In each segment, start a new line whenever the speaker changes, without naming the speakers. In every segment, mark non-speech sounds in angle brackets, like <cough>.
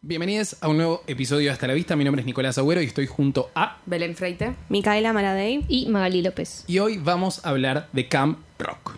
Bienvenidos a un nuevo episodio de Hasta la Vista. Mi nombre es Nicolás Agüero y estoy junto a.
Belén Freite.
Micaela Maradei.
y Magali López.
Y hoy vamos a hablar de Camp Rock.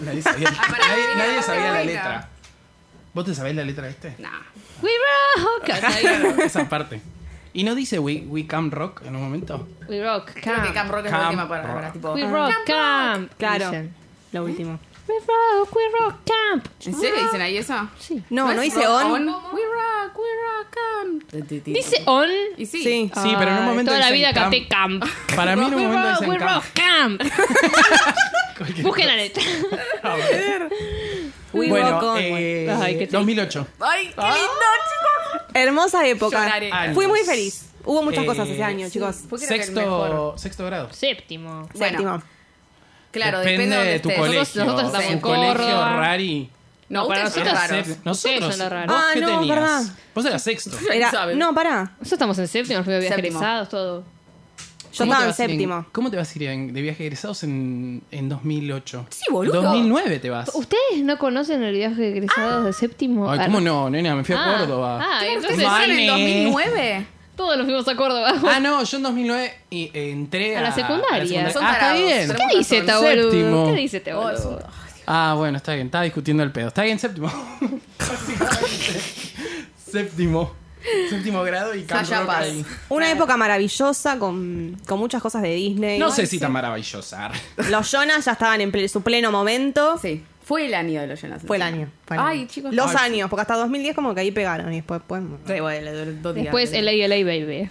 Nadie sabía,
pará,
nadie-
mira,
nadie
otra
sabía la
vuelta.
letra. ¿Vos te sabés la letra de este?
Nah.
We rock,
Claro, <laughs> Esa parte. ¿Y no dice We, we Camp Rock en un momento?
we rock,
Creo que
camp.
Camp Rock es
Camp
la última palabra.
Rock.
Tipo,
we rock, camp.
Claro,
Dicen.
lo último.
We rock, we rock, camp.
¿En serio dicen ahí eso?
Sí.
No, no
es
hice
rock
on.
We rock, we rock, camp.
Dice on.
Y sí.
Sí.
Sí, pero en un
Ah,
momento
Toda la
dicen
vida
camp.
canté camp.
Para mí en un
we
momento
rock,
dicen
we
Camp.
rock, camp.
<laughs>
Busquen la letra.
We
bueno,
rock on.
eh,
Ay, qué triste.
2008.
Ay, qué
Ah.
lindo,
Hermosa
chicos.
época.
Lloraré.
Años.
Fui muy feliz. Hubo muchas
Eh,
cosas ese año, chicos.
Fue creo que el mejor.
Sexto, sexto grado.
Séptimo.
Bueno, <laughs>
Séptimo.
claro,
depende
depende,
de
dónde
tu
estés.
colegio.
nosotros estamos
Su
en
colegio
Córdoba.
rari.
No,
para
ustedes son
nosotros
raros.
Sep-
Ustedes
Nosotros.
son los raros.
¿Vos
Ah,
qué
no,
tenías?
verdad.
Vos eras sexto.
Era-
sabe.
no, pará.
Nosotros estamos en séptimo, nos fuimos de viaje
Séptimo.
egresados, todo.
Yo
¿Cómo te
estaba en
vas a ir
séptimo.
¿Cómo te vas a ir en- de viaje de egresados en, en 2008?
Sí, boludo.
2009 te vas.
¿Ustedes no conocen el viaje de egresados de séptimo?
Ay, ¿cómo no, nena? Me fui a Córdoba.
Ah,
Claro,
entonces
¿Ustedes son
Mane.
en 2009?
todos nos fuimos a Córdoba.
Ah, no, yo en 2009 y, eh, entré a,
A la secundaria. Son
Ah, está
tarados.
bien.
Son
<laughs> ¿Qué dice
Tenemos
razón. Séptimo.
Taboru? ¿Qué dice
Oh, es un-
Taboru?
Ah, bueno, está bien. Estaba discutiendo el pedo. Está bien, séptimo. <laughs> Básicamente. séptimo. Séptimo grado y Camp
Sasha
Rock
Paz.
ahí.
Una época maravillosa con, con muchas cosas de Disney.
No sé si tan maravillosa.
Los Jonas ya estaban en ple- su pleno momento.
Sí, fue el año de los Jonas.
Fue el año. fue el
Ay,
año.
chicos.
Los
Ay,
años, porque hasta 2010 como que ahí pegaron y después... pues, bueno.
Sí, bueno, le duró dos días.
Después el LA Baby.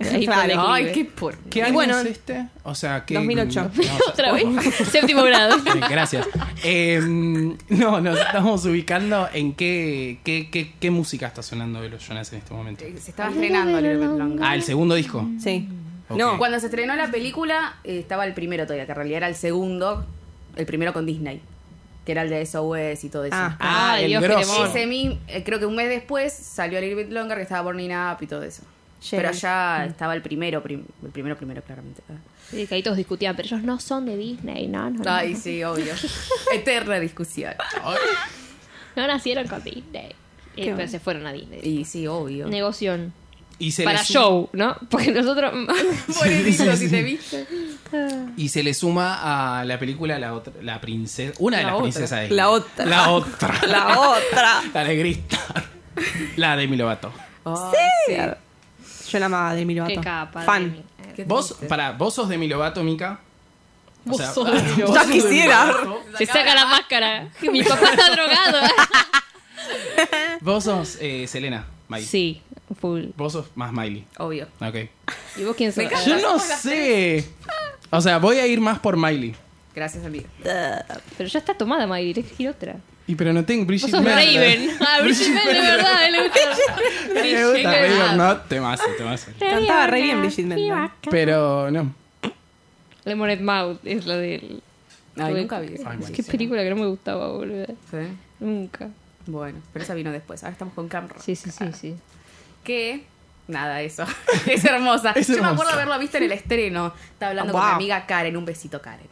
Ahí
Claro.
fue el
Ay,
declive.
qué por...
¿Qué
Y
año
bueno,
es este? O sea, que...
2008.
Otra vez.
<laughs>
Séptimo grado.
Eh, Gracias. Eh, no, nos estamos ubicando en qué, qué, qué, qué música está sonando de los Jonas en este momento.
Se estaba estrenando Little Bit Longer.
Ah, el segundo disco.
Sí.
Ok.
<laughs>
No,
Cuando se estrenó la película, eh, estaba el primero todavía, que en realidad era el segundo, el primero con Disney, que era el de SOS y todo eso.
Ah.
Ah,
Ay,
el
Dios, qué
grosso.
demonio.
Ese mi- eh, creo que un mes después salió a Little Bit Longer, que estaba Burning Up y todo eso.
Llegué.
Pero ya estaba el primero, prim- el primero, primero, claramente.
Sí, que ahí todos discutían, pero ellos no son de Disney, no, no.
<laughs>
no.
Ay, sí, obvio. <laughs> Eterna discusión.
Ay,
No nacieron con Disney. Eh, pero
bueno.
se fueron a Disney.
Y sí, obvio.
Negoción.
Y se
Para
le su-
show, ¿no? Porque nosotros. <laughs>
Pobrecito, si te viste.
Y se le suma a la película la otra, la princesa, una de
La
las
otra.
princesas de
La otra.
La otra.
<laughs> la otra.
La de Gristar. La de Milovato.
Ay,
Sí. Yo la amaba de Emilio
qué
Bato.
capa.
Fan.
Qué
Vos,
triste.
para, vos sos de Milovato, Mica. O
Vos
sea, <laughs>
sos de Demi
vos
Ya
sos de
quisiera.
Demi Lovato.
Se saca la máscara. Mi papá está drogado.
<laughs>
Vos sos eh, Selena, Miley.
Sí, full.
Vos sos más Miley.
Obvio.
Ok.
¿Y vos quién sos?
Me encanta.
Yo no
Somos las
sé. O sea, voy a ir más por Miley.
Gracias, amigo.
Pero ya está tomada, Maggie. Tienes que ir otra.
Y pero no tengo
Vos
Bridget
sos
Mendler. <laughs>
Raven. Ah, Bridget Mendler, de verdad. él le gusta.
Me gusta
Bridget
Raven,
Mendler.
no, temazo, temazo.
Cantaba re bien Bridget Mendler.
Pero no.
Lemonade Mouth es la de él.
Ay, nunca vi.
Ay,
Qué película que no me gustaba, boludo.
Sí.
Nunca.
Bueno, pero esa vino después. Ahora estamos con Camp Rock.
Sí, sí, sí, sí.
que nada eso <laughs> es hermosa
Es
yo me
hermosa.
acuerdo haberla visto en el estreno estaba hablando con
Wow.
mi amiga Karen un besito Karen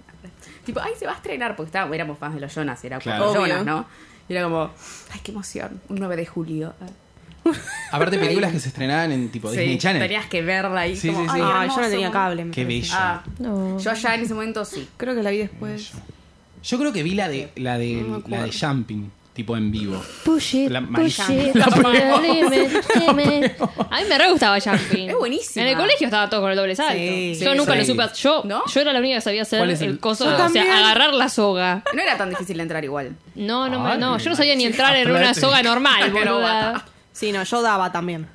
tipo ay se va a estrenar porque estábamos éramos fans de los Jonas era
Claro.
por los
Obvio.
Jonas no y era como ay qué emoción un 9 de julio Ah.
Aparte películas que se estrenaban en tipo Disney
sí
Channel.
tenías que verla ahí
Sí,
como,
sí, sí.
ay,
Ah,
hermoso,
yo no tenía
bueno.
cable. me
Qué
parece.
bello.
ah
No.
yo ya en ese momento sí
Creo que la vi después.
Yo creo que vi la de la de la de Jumping, tipo en vivo.
Push it,
La
push
Marisa.
it,
La
to the
peor. <laughs>
limit, limit. A mí me re gustaba jumping.
Es buenísima.
En el colegio estaba todo con el doble salto.
Sí,
yo
sí,
nunca
sí.
lo supe. hacer. Yo,
¿No?
yo era la única que sabía hacer
¿Cuál es
el,
el- Ah,
coso,
Yo
o sea,
también.
agarrar la soga.
no era tan difícil de entrar igual
No, no, me-
Ay,
no, yo no sabía ni entrar en una
aplate.
soga normal,
Acrobata.
boluda.
Sí, no, yo daba también.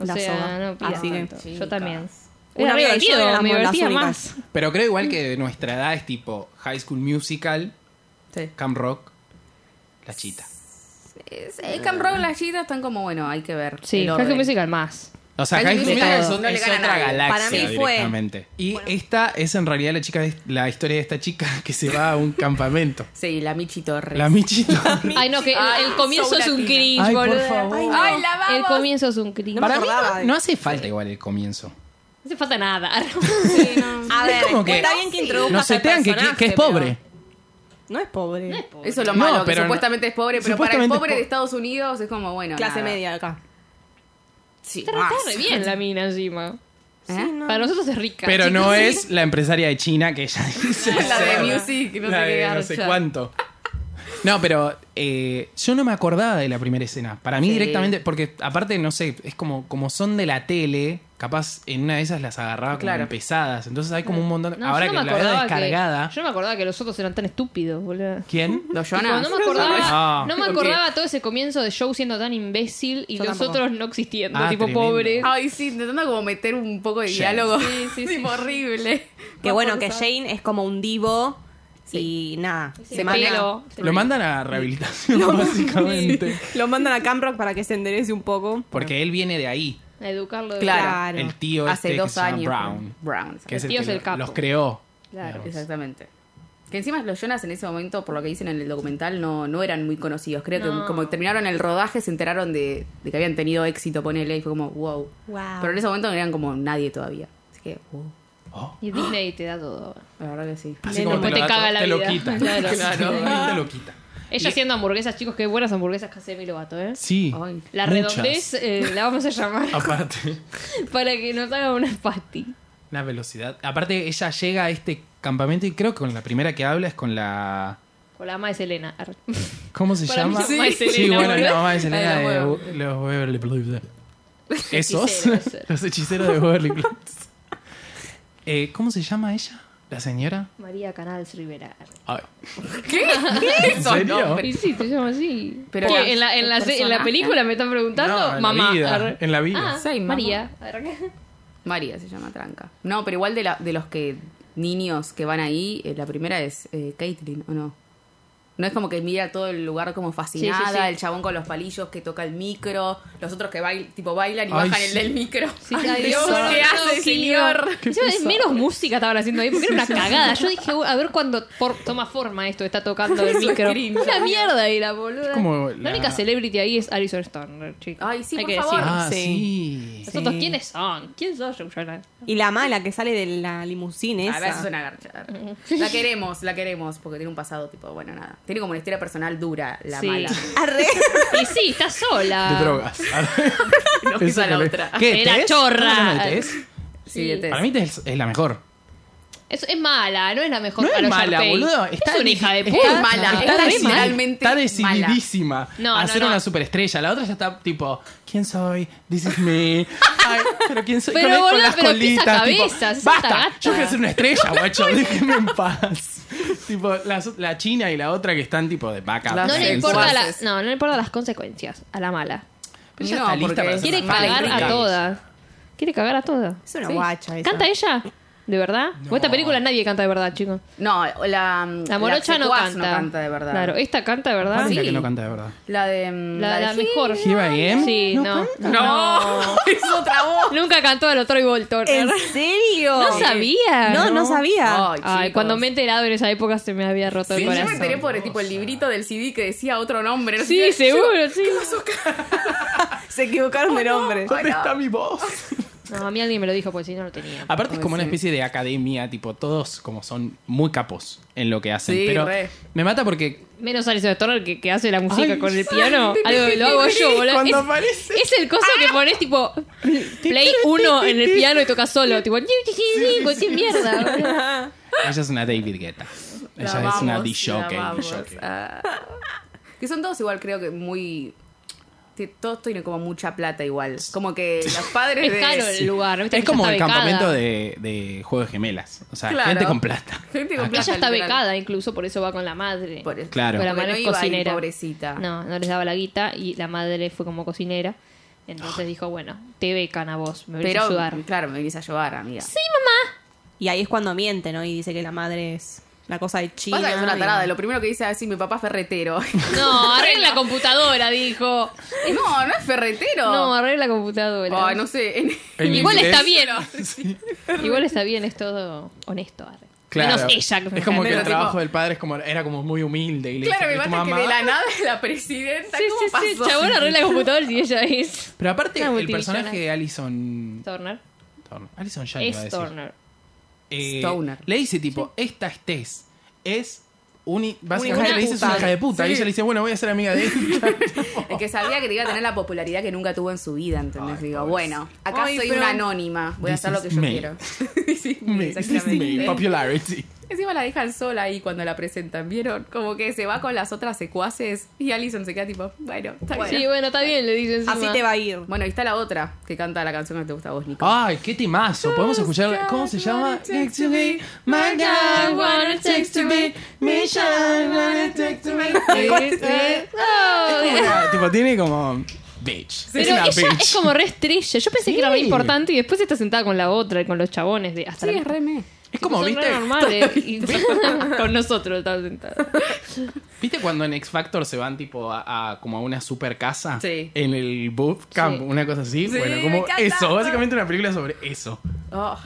O
la
sea,
soga.
no pidas
Así que.
tanto.
chicas.
Yo también.
Una
Era re
amiga y yo
divertido,
éramos
me
las
divertía
únicas.
más.
Pero creo igual que de nuestra edad es tipo High School Musical,
sí
Camp Rock, La Chita.
Es- eh, Camp Rock las chicas están como bueno hay que ver
Sí,
el
High School
orden.
Musical más.
O sea,
Kylie
Kylie
Minogue
Minogue
no
es, un-
le
es
gana a
otra
nadie.
galaxia
Para mí fue-
directamente. Y esta es en realidad la chica la historia de esta chica <laughs> que se va a un campamento.
Sí, la Michi Torres.
La Michito.
Ay, no, que el-
Ay,
el, comienzo
soy
es un
latina.
cringe,
Ay, por
boludo.
favor.
Ay, no. Ay, la vamos.
El comienzo es un cringe. No
Para mí
acordaba
no,
de-
no hace falta igual el comienzo.
hace falta nada. <laughs>
A ver,
como que-
está bien que introduzcas
No se
al
tean que, que- que es
personaje,
pobre.
pero No es pobre.
Eso es lo
No,
malo, que
pero no-
supuestamente es pobre, pero para el
supuestamente es
pobre
po-
de Estados Unidos es como, bueno.
Clase
nada.
media acá.
Sí,
Está
más. <laughs>
re bien la mina encima.
¿Eh?
Para nosotros es rica.
Pero
chicos.
no es la empresaria de China que ella dice.
La de
ser.
Music, no
La
sé qué
de no sé
garcha.
cuánto. No, pero eh, yo no me acordaba de la primera escena. Para mí
Sí.
directamente, porque aparte, no sé, es como, como son de la tele, capaz en una de esas las agarraba como
Claro.
pesadas. Entonces hay como un montón...
No, yo
Ahora
no
que
me
la verdad
acordaba que-
descargada...
yo no me acordaba que los otros eran tan estúpidos, boludo.
¿Quién?
Los
Tipo,
Jonas.
no me acordaba,
Ah.
no me
Ok.
acordaba todo ese comienzo de Joe siendo tan imbécil y
Yo
los
tampoco.
otros no existiendo,
Ah,
tipo
tremendo.
pobre.
Ay, sí, intentando como meter un poco de
Sí.
diálogo. <laughs> Sí, sí, sí. horrible.
Que bueno, que Jane es como un divo y nada.
Se
se manda-
peló.
Lo mandan a rehabilitación, básicamente.
Lo mandan a Camrock para que se enderece un poco.
Porque él viene de ahí.
A educarlo. de-
Claro.
Claro.
El tío
Hace
este que
dos
se llama
años. pues.
Brown.
Brown.
Que es el,
tío
que
es el
lo-
capo.
los creó.
Claro,
digamos.
Exactamente. Que encima los Jonas en ese momento, por lo que dicen en el documental, no, no eran muy conocidos. Creo
No.
que como terminaron el rodaje se enteraron de, de que habían tenido éxito, ponele, y fue como, wow.
Wow.
Pero en ese momento no eran como nadie todavía. Así que, wow,
Oh.
Y Disney te da todo.
la verdad que sí.
Así
Menos
como pues te, lo
que te
da
caga
todo,
la
te lo
vida.
quita.
Claro.
<laughs> Claro. Te lo quita.
Ella
Y-
haciendo hamburguesas, chicos, qué buenas hamburguesas que hace Demi Lovato, ¿eh?
Sí.
Ay.
La
muchas.
redondez eh,
<laughs>
la vamos a llamar
Aparte,
para que nos haga una pasty.
<laughs> la velocidad. Aparte, ella llega a este campamento y creo que con la primera que habla es con la.
Con la ama de Selena. Arre.
¿Cómo se
Para
llama?
mí se llama
sí,
Selena,
bueno,
boludo.
la mamá de
La
Selena
de
de
los
Wo- los Beverly Blues. Esos.
Hechiceros.
<laughs> los hechiceros de Beverly Blues. Eh, ¿Cómo se llama ella? ¿La señora?
<laughs> María Canals Rivera. Arre.
Ay.
<laughs> ¿En
serio?
Y sí, te llama así.
Pero
Pero
la-
en, la, en,
el
la, se- en la
personaje.
película me están preguntando,
No, en
mamá.
La vida,
arre.
en la vida.
Ah,
Sí, mamá.
María. Arre.
María se llama Tranca. No, pero igual de, la, de los que niños que van ahí, eh, la primera es eh, Caitlyn, ¿o no? No es como que mira todo el lugar como fascinada,
Sí, sí, sí.
el chabón con los palillos que toca el micro, los otros que bail, tipo bailan y
Ay,
bajan
sí.
el del micro.
Sí,
Ay,
ay,
Dios,
Dios,
¿qué hace,
Dios,
señor?
Dios. Encima de menos música estaban haciendo ahí porque era una cagada. Yo dije, "Uh, a ver cuando por- toma forma esto, está tocando
<laughs>
el micro.
cringe.
Una mierda era, boluda.
Es como
la...
la-
única celebrity ahí es Alison Stone, chica.
Ay, sí,
Hay
por
que
favor.
decirlo.
Ah, sí.
¿Nosotros
Sí.
quiénes son? ¿Quién sos, Joe
Y la mala que sale de la limusina
A ver, eso es
esa.
una garcha. La queremos, la queremos, porque tiene un pasado tipo, bueno, nada. Tiene como una historia personal dura, la
Sí. <laughs>
mala.
Arre.
Y sí, está sola.
De drogas.
No, esa
Eso
la
que-
otra.
¿Qué?
Era
¿Tess?
chorra.
¿Estamos hablando de Tess?
Sí,
Sí.
Tess.
Para mí Tess es la mejor.
Es, es mala, no es la mejor
No
para
es
los
mala,
Sharpay.
boludo.
Es
Está
una hija de
está-
puta.
Es mala,
Está,
está
deci-
literalmente
está
mala.
decididísima
No,
a
no,
ser
no.
una superestrella. La otra ya está tipo, ¿quién soy? This is
<laughs>
me. Ay, pero ¿quién soy?
Pero,
con, con
boludo,
las
pero pisa
colitas. tipo,
cabezas, es
Basta,
una gata.
yo quiero ser una
<laughs>
estrella, guacho. Déjenme en paz. <laughs> tipo, la, la china y la otra que están tipo de vaca.
La
No
Sí,
le, importa la-
guases.
no, no le importa las consecuencias a la mala.
Pero ella
No,
está lista
porque
para ser
Quiere
una mala
cagar
intriga.
a todas. Quiere cagar a todas.
Es una guacha esa.
¿Canta ella? ¿De verdad?
No.
O esta película nadie canta de verdad, chicos.
No, la,
La morocha no
secuaz
canta.
de verdad.
Claro, esta canta de verdad.
¿Cuál es la
Sí.
que no canta de verdad?
La de. mm,
La, la
de
mejor.
Here I am.
Sí,
No
no.
No, <laughs> es otra voz.
Nunca cantó a lo Troy Bolton. <laughs>
¿En serio?
No sabía.
No, no sabía.
Ay,
Ay,
chicos.
cuando me he enterado en esa época se me había roto
Sí,
el
yo me
corazón.
enteré por tipo, el librito del CD que decía otro nombre. no
Sí,
sé. <laughs>
seguro, Oh, sí.
Se equivocaron de nombre.
¿Dónde está mi voz?
No, a mí alguien me lo dijo porque si no lo tenía.
Aparte es
Ay,
como una
sí.
especie de academia, tipo, todos como son muy capos en lo que hacen.
Sí,
pero
re.
me mata porque
Menos Alison Stoner que, que hace la música
Ay,
con el
sí.
piano. Algo que lo hago yo, boludo.
Cuando
es,
aparece.
es el coso que pones tipo play uno en el piano y toca solo. Tipo, cualquier mierda. boludo.
ella es una David Guetta.
La
Ella es
vamos,
una
la
D-Shockey.
vamos. Ah. <laughs> Que son todos igual, creo que muy. que Todos tienen como mucha plata igual. Como que los padres
Es
de.
caro el lugar. ¿viste?
Es
Ella
como
está
el
becada.
campamento de, de Juegos de Gemelas. O sea,
Claro.
gente con plata.
Gente con
Acá.
plata.
Ella está
literal.
becada, incluso por eso va con la madre.
Por eso.
Claro.
Porque la
Porque
madre
no
es
iba ahí,
cocinera.
pobrecita.
No, no les daba la guita y la madre fue como cocinera. Entonces dijo, bueno, te becan a vos, me voy a
Pero, <laughs>
ayudar.
claro, me vienes a ayudar, amiga.
Y ahí es cuando miente, ¿no? Y dice que la madre es La cosa de China.
Pasa que es una
y-
tarada. Lo primero que dice es así, mi papá es ferretero. <laughs>
No, arregla la computadora, dijo.
no, no es ferretero.
No, arregla la computadora.
Ay, no sé. en-
En
Igual
inglés.
está bien.
<laughs>
Sí.
Igual está bien, es todo honesto. arre.
Claro.
Menos ella.
es como que
Pero
el
tipo-
trabajo del padre es como, era como muy humilde. Y le
Claro, mi
dice, "¿Y tu
pasa que
mamá?".
de la nada es la presidenta.
Sí,
¿Cómo
sí, sí.
pasó? <laughs>
Chabón arregla computadora y ella es.
Pero aparte,
Una
el
multimillonaria.
personaje de Allison.
Turner.
Turner. Allison ya iba a
Es
decir.
Turner.
Eh,
Stoner.
Le dice, tipo, esta es Tess. Es. Uni, básicamente
hija
le
de
dice es una
puta.
hija de puta.
Sí.
Y ella le dice, bueno, voy a ser amiga de ella.
El que sabía que le iba a tener la popularidad que nunca tuvo en su vida, ¿entendés?
Ay, pobrecito.
Digo, bueno, acá
Ay,
soy
pero-
una anónima, voy a
This
hacer lo
is
que yo
me.
quiero. <laughs> sí,
Me-
exactamente.
me- Popularity.
Encima la dejan sola ahí cuando la presentan, ¿vieron? Como que se va con las otras secuaces y Allison se queda tipo, bueno, está bien.
Sí, bueno, está bien, le dice encima.
Así te va a ir.
Bueno, ahí está la otra que canta la canción que te gusta a vos, Nico.
Ay, qué temazo. Podemos escuchar. ¿Cómo se llama? Next to me, my God, what it takes to be, mission, what it takes
Este,
to be.
Eh, eh, oh,
Es como
eh.
una- tipo, tiene como. Bitch. es
Pero
una
ella
bitch.
es como re estrella. Yo pensé
Sí.
que era re importante y después está sentada con la otra y con los chabones de hasta
Sí,
la-
es reme.
Es como,
son re
¿viste?
normales.
<laughs>
Y- <laughs> con nosotros estaba sentada.
¿Viste cuando en X Factor se van tipo a, a- como a una super casa?
Sí.
En el boot camp,
Sí.
una cosa así.
Sí,
bueno,
me
como
encanta.
eso. Básicamente una película sobre eso.
Oh.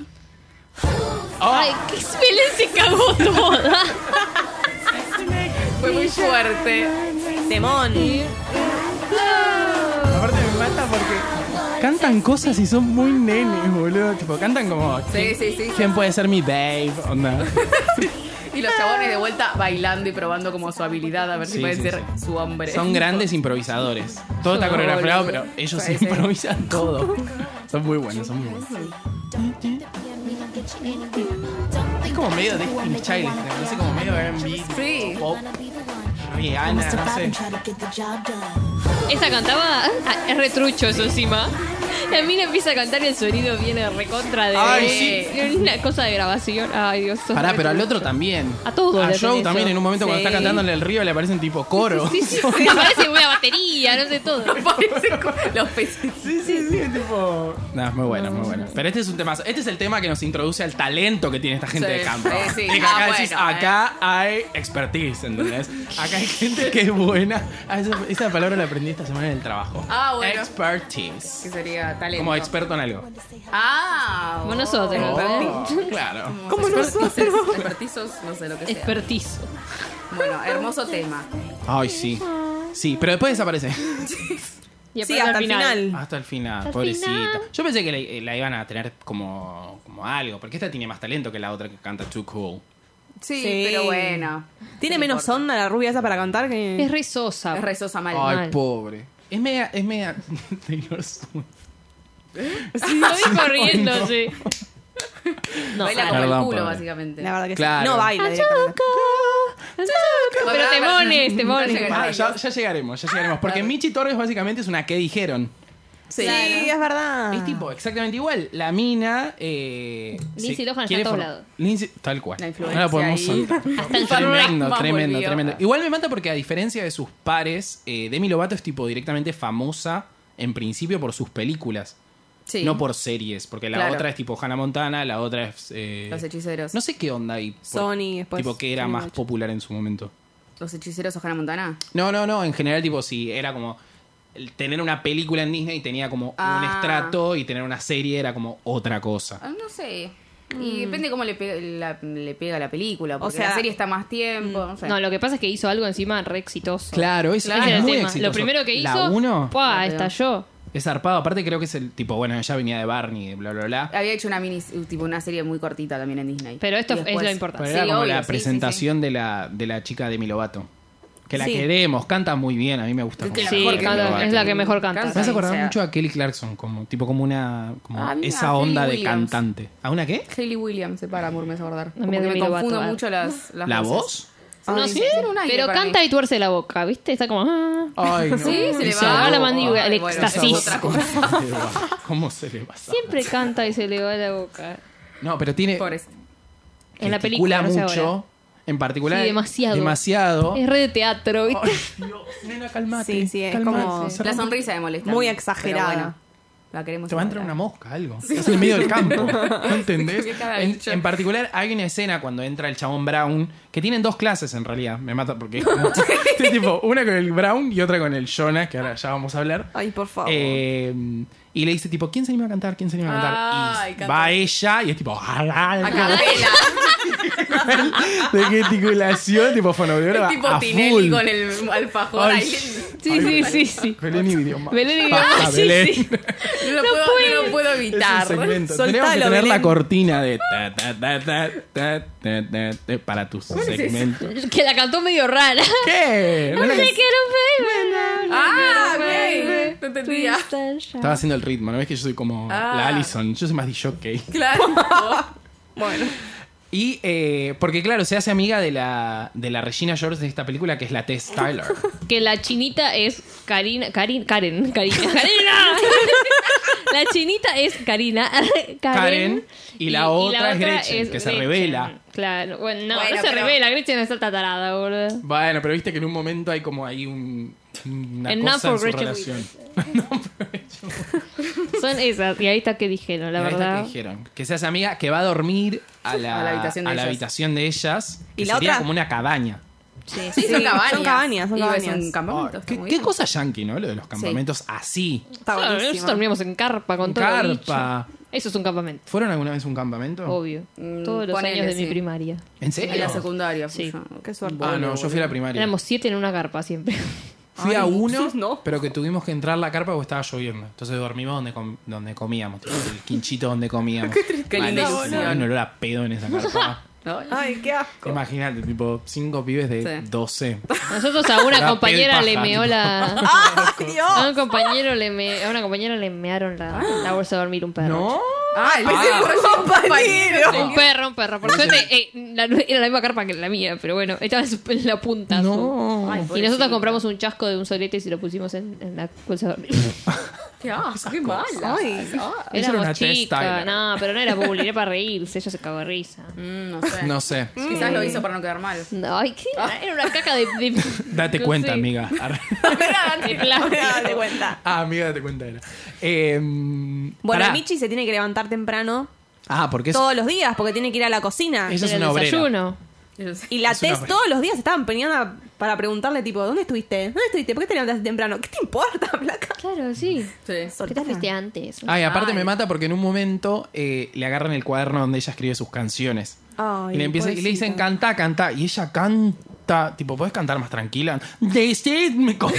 Ay, qué Belén se cagó toda.
Fue muy fuerte.
Temón.
Aparte me mata porque cantan cosas y son muy nenes, boludo. Tipo, cantan como.
Sí, sí, sí.
¿Quién puede ser mi babe? Onda.
Y los chabones de vuelta bailando y probando como su habilidad a ver
Sí,
si pueden
sí,
ser
sí.
su hombre.
Son grandes improvisadores. Todo está coreografiado, pero ellos
Sí, sí.
improvisan todo. Son muy buenos, son muy buenos. Es como medio de Destiny's Child, me parece como medio R&B,
Sí.
pop, Rihanna, no sé.
Esa cantaba. ah, es retrucho eso encima. La mina empieza a cantar y el sonido viene recontra de.
Ay,
de Una cosa de grabación. Ay, Dios. sos
Pará,
re
pero al
trucho.
otro también.
A todos
A
le hacen
Joe
eso.
también en un momento cuando
Sí.
está cantando en el río le aparecen tipo coro.
Sí, <laughs> sí, sí. Parece una batería, no sé todo.
<laughs> Parece como los peces.
Sí, sí, sí, tipo. No, es muy bueno, es muy bueno. Pero este es un tema. Este es el tema que nos introduce al talento que tiene esta gente
Sí,
de campo.
sí, sí.
Y que acá
Ah,
decís,
bueno, eh.
acá hay expertise, ¿entendés? Acá hay gente que es buena. Ah, esa, esa palabra la aprendí esta semana en el trabajo.
Ah, bueno.
Expertise.
Que sería talento.
Como experto en algo.
Ah.
Como nosotros.
Como
Oh, claro.
Como nosotros. Expertizos, no sé lo que sea.
Expertizo.
bueno, hermoso tema.
Ay, sí. Sí, pero después desaparece.
Y
Sí,
aparece
hasta el
al
final.
Hasta el final,
Hasta el
pobrecita.
final.
Yo pensé que la, la iban a tener como, como algo, porque esta tiene más talento que la otra que canta Too Cool.
Sí,
Sí.
pero bueno.
Tiene
No
menos
importa.
onda la rubia esa para cantar que.
Es re sosa.
Es rezosa mal.
Ay,
Mal.
pobre. Es media, es media <laughs> Taylor Swift.
Sí, <laughs> lo
<laughs>
<laughs>
vi corriéndose. No,
Baila
ah,
como
Perdón,
el culo,
pobre.
básicamente.
La verdad que sí.
Claro.
No baila. directamente.
Pero te
<laughs>
pones, te pones.
Ah, ya, ya llegaremos, ya llegaremos. Porque Michi Torres básicamente es una que dijeron.
Sí,
Claro.
es
Ah.
verdad.
Es tipo exactamente igual. La mina. Eh,
Lindsay
se
Lohan está
quiere
a todos
for-
lados.
Lindsay- tal cual.
La
No
influencia
la podemos
ahí.
soltar.
<laughs> Hasta el
Tremendo,
fantasma
tremendo,
volvió.
tremendo. Igual me mata porque a diferencia de sus pares, eh, Demi Lovato es tipo directamente famosa en principio por sus películas.
Sí.
No por series, porque la
Claro.
otra es tipo Hannah Montana, la otra es... eh,
Los hechiceros.
No sé qué onda ahí. por-
Sony, después
Tipo, que era
Sony
más
Watch.
popular en su momento.
Los hechiceros o Hannah Montana.
No, no, no. En general, tipo, sí, era como... el Tener una película en Disney tenía como un
Ah.
estrato y tener una serie era como otra cosa.
Ah, No sé.
Mm.
Y depende cómo le, pe- la- le pega la película. Porque
sea-
la serie está más tiempo. No, sé.
No, lo que pasa es que hizo algo encima re exitoso.
Claro, es,
Claro,
es
el
muy
tema.
exitoso.
Lo primero que hizo.
La 1
¡pua!
La peor.
estalló.
es zarpado. Aparte creo que es el tipo, bueno, ella venía de Barney, de bla, bla, bla.
Había hecho una mini, tipo una serie muy cortita también en Disney.
Pero esto
Y
es
después-
lo importante.
Pero
Sí,
era como
obvio,
la
sí,
presentación De, la, de la chica de Milovato. Que la
Sí.
queremos, canta muy bien, a mí me gusta.
Es que
mucho
la
Sí,
mejor
Demi
canta,
Lovato.
canta- es la que mejor
Me
canta.
Canta.
hace acordar
O sea-
mucho a Kelly Clarkson, como, tipo como una... Como
Ah, mira,
esa onda
Kelly
de
Williams.
cantante. ¿A una qué?
sí. Hayley Williams, se para, amor, me hace acordar. Como
me
que me
admiro,
confundo
Bato,
mucho las, las
¿La
voces.
voz?
Ay,
No sé,
Ah, tiene un aire
pero
para
canta
mí.
y tuerce la boca, ¿viste? Está como. ah.
<laughs>
Ay, no.
Sí, se le
Esa
va
voz.
la mandíbula,
Ay,
el
bueno,
éxtasis.
eso es otra cosa.
<laughs>
¿Cómo se le va? ¿Cómo se le va?
Siempre canta y se le va la boca.
No, pero tiene...
Pobres.
En
gesticula
la película, no sé
mucho.
ahora.
En particular...
Sí, demasiado.
Demasiado.
Es re de teatro, ¿viste?
Ay, Dios, nena, calmate.
Sí, sí, es
calmate,
como-
cerrá un
La sonrisa me molesta.
Muy
a mí,
exagerada.
pero bueno. La queremos.
Te va a entrar una
encontrar.
mosca, algo. Estás en el medio del
<laughs>
campo. ¿No entendés?
Qué cara de
En,
bicho.
en particular, hay una escena cuando entra el chabón Brown, que tienen dos clases en realidad. Me mata porque es
<laughs>
como- es tipo, una con el Brown y otra con el Jonas, que ahora ya vamos a hablar.
Ay, por favor.
Eh, y le dice tipo, ¿quién se anima a cantar? ¿Quién se anima a cantar?
Ay,
y
canta.
va ella y es tipo, "Ah, ah, ah",
Acapela.
<laughs> de gesticulación, tipo fonoaudióloga.
Es tipo
a
Tinelli
full.
con el alfajor
Ay,
ahí.
Sí, sí, sí, sí.
Belén y idioma.
Belén y
Basta,
idioma, Ah, sí,
Belén.
sí.
No lo, puedo, no lo puedo
Es un
evitar.
segmento.
Soltalo,
Tenemos que tener
Belén.
la cortina de ta, ta, ta, ta, ta, ta, ta, ta, para tus segmentos.
Que la cantó medio rara.
¿Qué? ¿No
No
era
te
que-
quiero ver.
Ah,
baby.
ok. No entendía.
Estaba haciendo el ritmo, ¿no ves que yo soy como
Ah.
la Allison? Yo soy más de jockey.
Claro. bueno.
Y eh, porque claro, se hace amiga de la, de la Regina George de esta película que es la Tess Tyler.
Que la chinita es Karina. Karin, Karen.
<laughs>
Karina. ¡Karina! la chinita es Karina. Karen.
Karen, y la otra es Gretchen, que se revela.
Claro. Bueno, no,
Bueno,
no se
pero-
revela. Gretchen está tatarada, boludo.
bueno, pero viste que en un momento hay como ahí un, una
Enough
cosa en
for
su
Gretchen
relación.
Son esas. Y ahí está que dijeron, la
Ahí está
verdad.
Que dijeron que se hace amiga que va a dormir a la,
A la habitación de
a la
ellas.
habitación de ellas.
¿Y
que
la
sería
otra?
como una cabaña.
Sí,
Sí, son cabañas.
son cabañas, son
Y ves
cabañas.
un campamento, está
¿Qué,
muy
qué
bien.
cosa yankee, ¿no? Lo de los campamentos así.
Está
Claro,
buenísimo.
Ah, nosotros dormíamos en carpa con
En
todo lo dicho.
carpa.
Eso es un campamento,
¿Fueron alguna vez a un campamento?
obvio.
Mm,
Todos los
ponele,
años de mi
sí.
primaria.
¿En
En la
serio?
secundaria.
Sí.
Sí.
Qué suerte.
Ah, no, yo fui a la primaria.
Éramos siete en una carpa siempre.
Fui a
Ay,
uno,
<laughs> no.
pero que tuvimos que entrar a la carpa porque estaba lloviendo. Entonces dormimos donde, com- donde comíamos, tipo, el quinchito donde
<laughs>
comíamos.
Qué linda
Malísimo,
evolución.
había un olor a pedo en esa carpa.
Ay, qué asco.
Imagínate, tipo, cinco pibes de
Sí.
12.
Nosotros a una
Era
compañera
piel
le
paja,
meó
tipo.
la.
¡Ah,
¡Ay, Dios!
A un compañero le me, a una compañera le mearon la, la bolsa de dormir un perro.
¿No?
Ah, el compañero.
Un perro, un perro. Por suerte, eh, la- era la misma carpa que la mía, pero bueno, estaba en su- en la punta.
No.
su-
Ay,
y nosotros
pobrecita.
compramos un chasco de un solete y se lo pusimos en, en la bolsa de dormir.
<laughs> Qué asco, qué mala.
Ay.
Eso era una
<laughs> Éramos
test
chicas.
Tyler.
No, pero no era bullying, era para reírse. Ella se cagó de risa.
Mm, no sé.
No sé.
Quizás lo hizo para no quedar mal. <laughs>
No, ay, ¿qué? Era una caca de. de-
<laughs> Date
no
cuenta,
sé,
amiga.
<laughs>
De plástico.
Ah, de cuenta.
ah, amiga, date cuenta. Era. Eh,
Bueno,
pará.
Michi se tiene que levantar temprano
Ah, porque es,
todos los días porque tiene que ir a la cocina.
ella es
Era el
una obrera.
desayuno.
Y la
Es una
Tess
obra.
todos los días estaban peleando para preguntarle, tipo, ¿dónde estuviste? ¿Dónde estuviste? ¿Por qué te levantaste temprano? ¿Qué te importa, <laughs> placa?
Claro, sí.
Sí.
¿Qué te fuiste antes?
Ay, Ah, aparte
Ay.
me mata porque en un momento eh, le agarran el cuaderno donde ella escribe sus canciones.
Ay,
y, le empieza- y le dicen,
pobrecita.
canta, canta. Y ella canta, tipo, ¿podés cantar más tranquila? Decidme
<laughs>
como.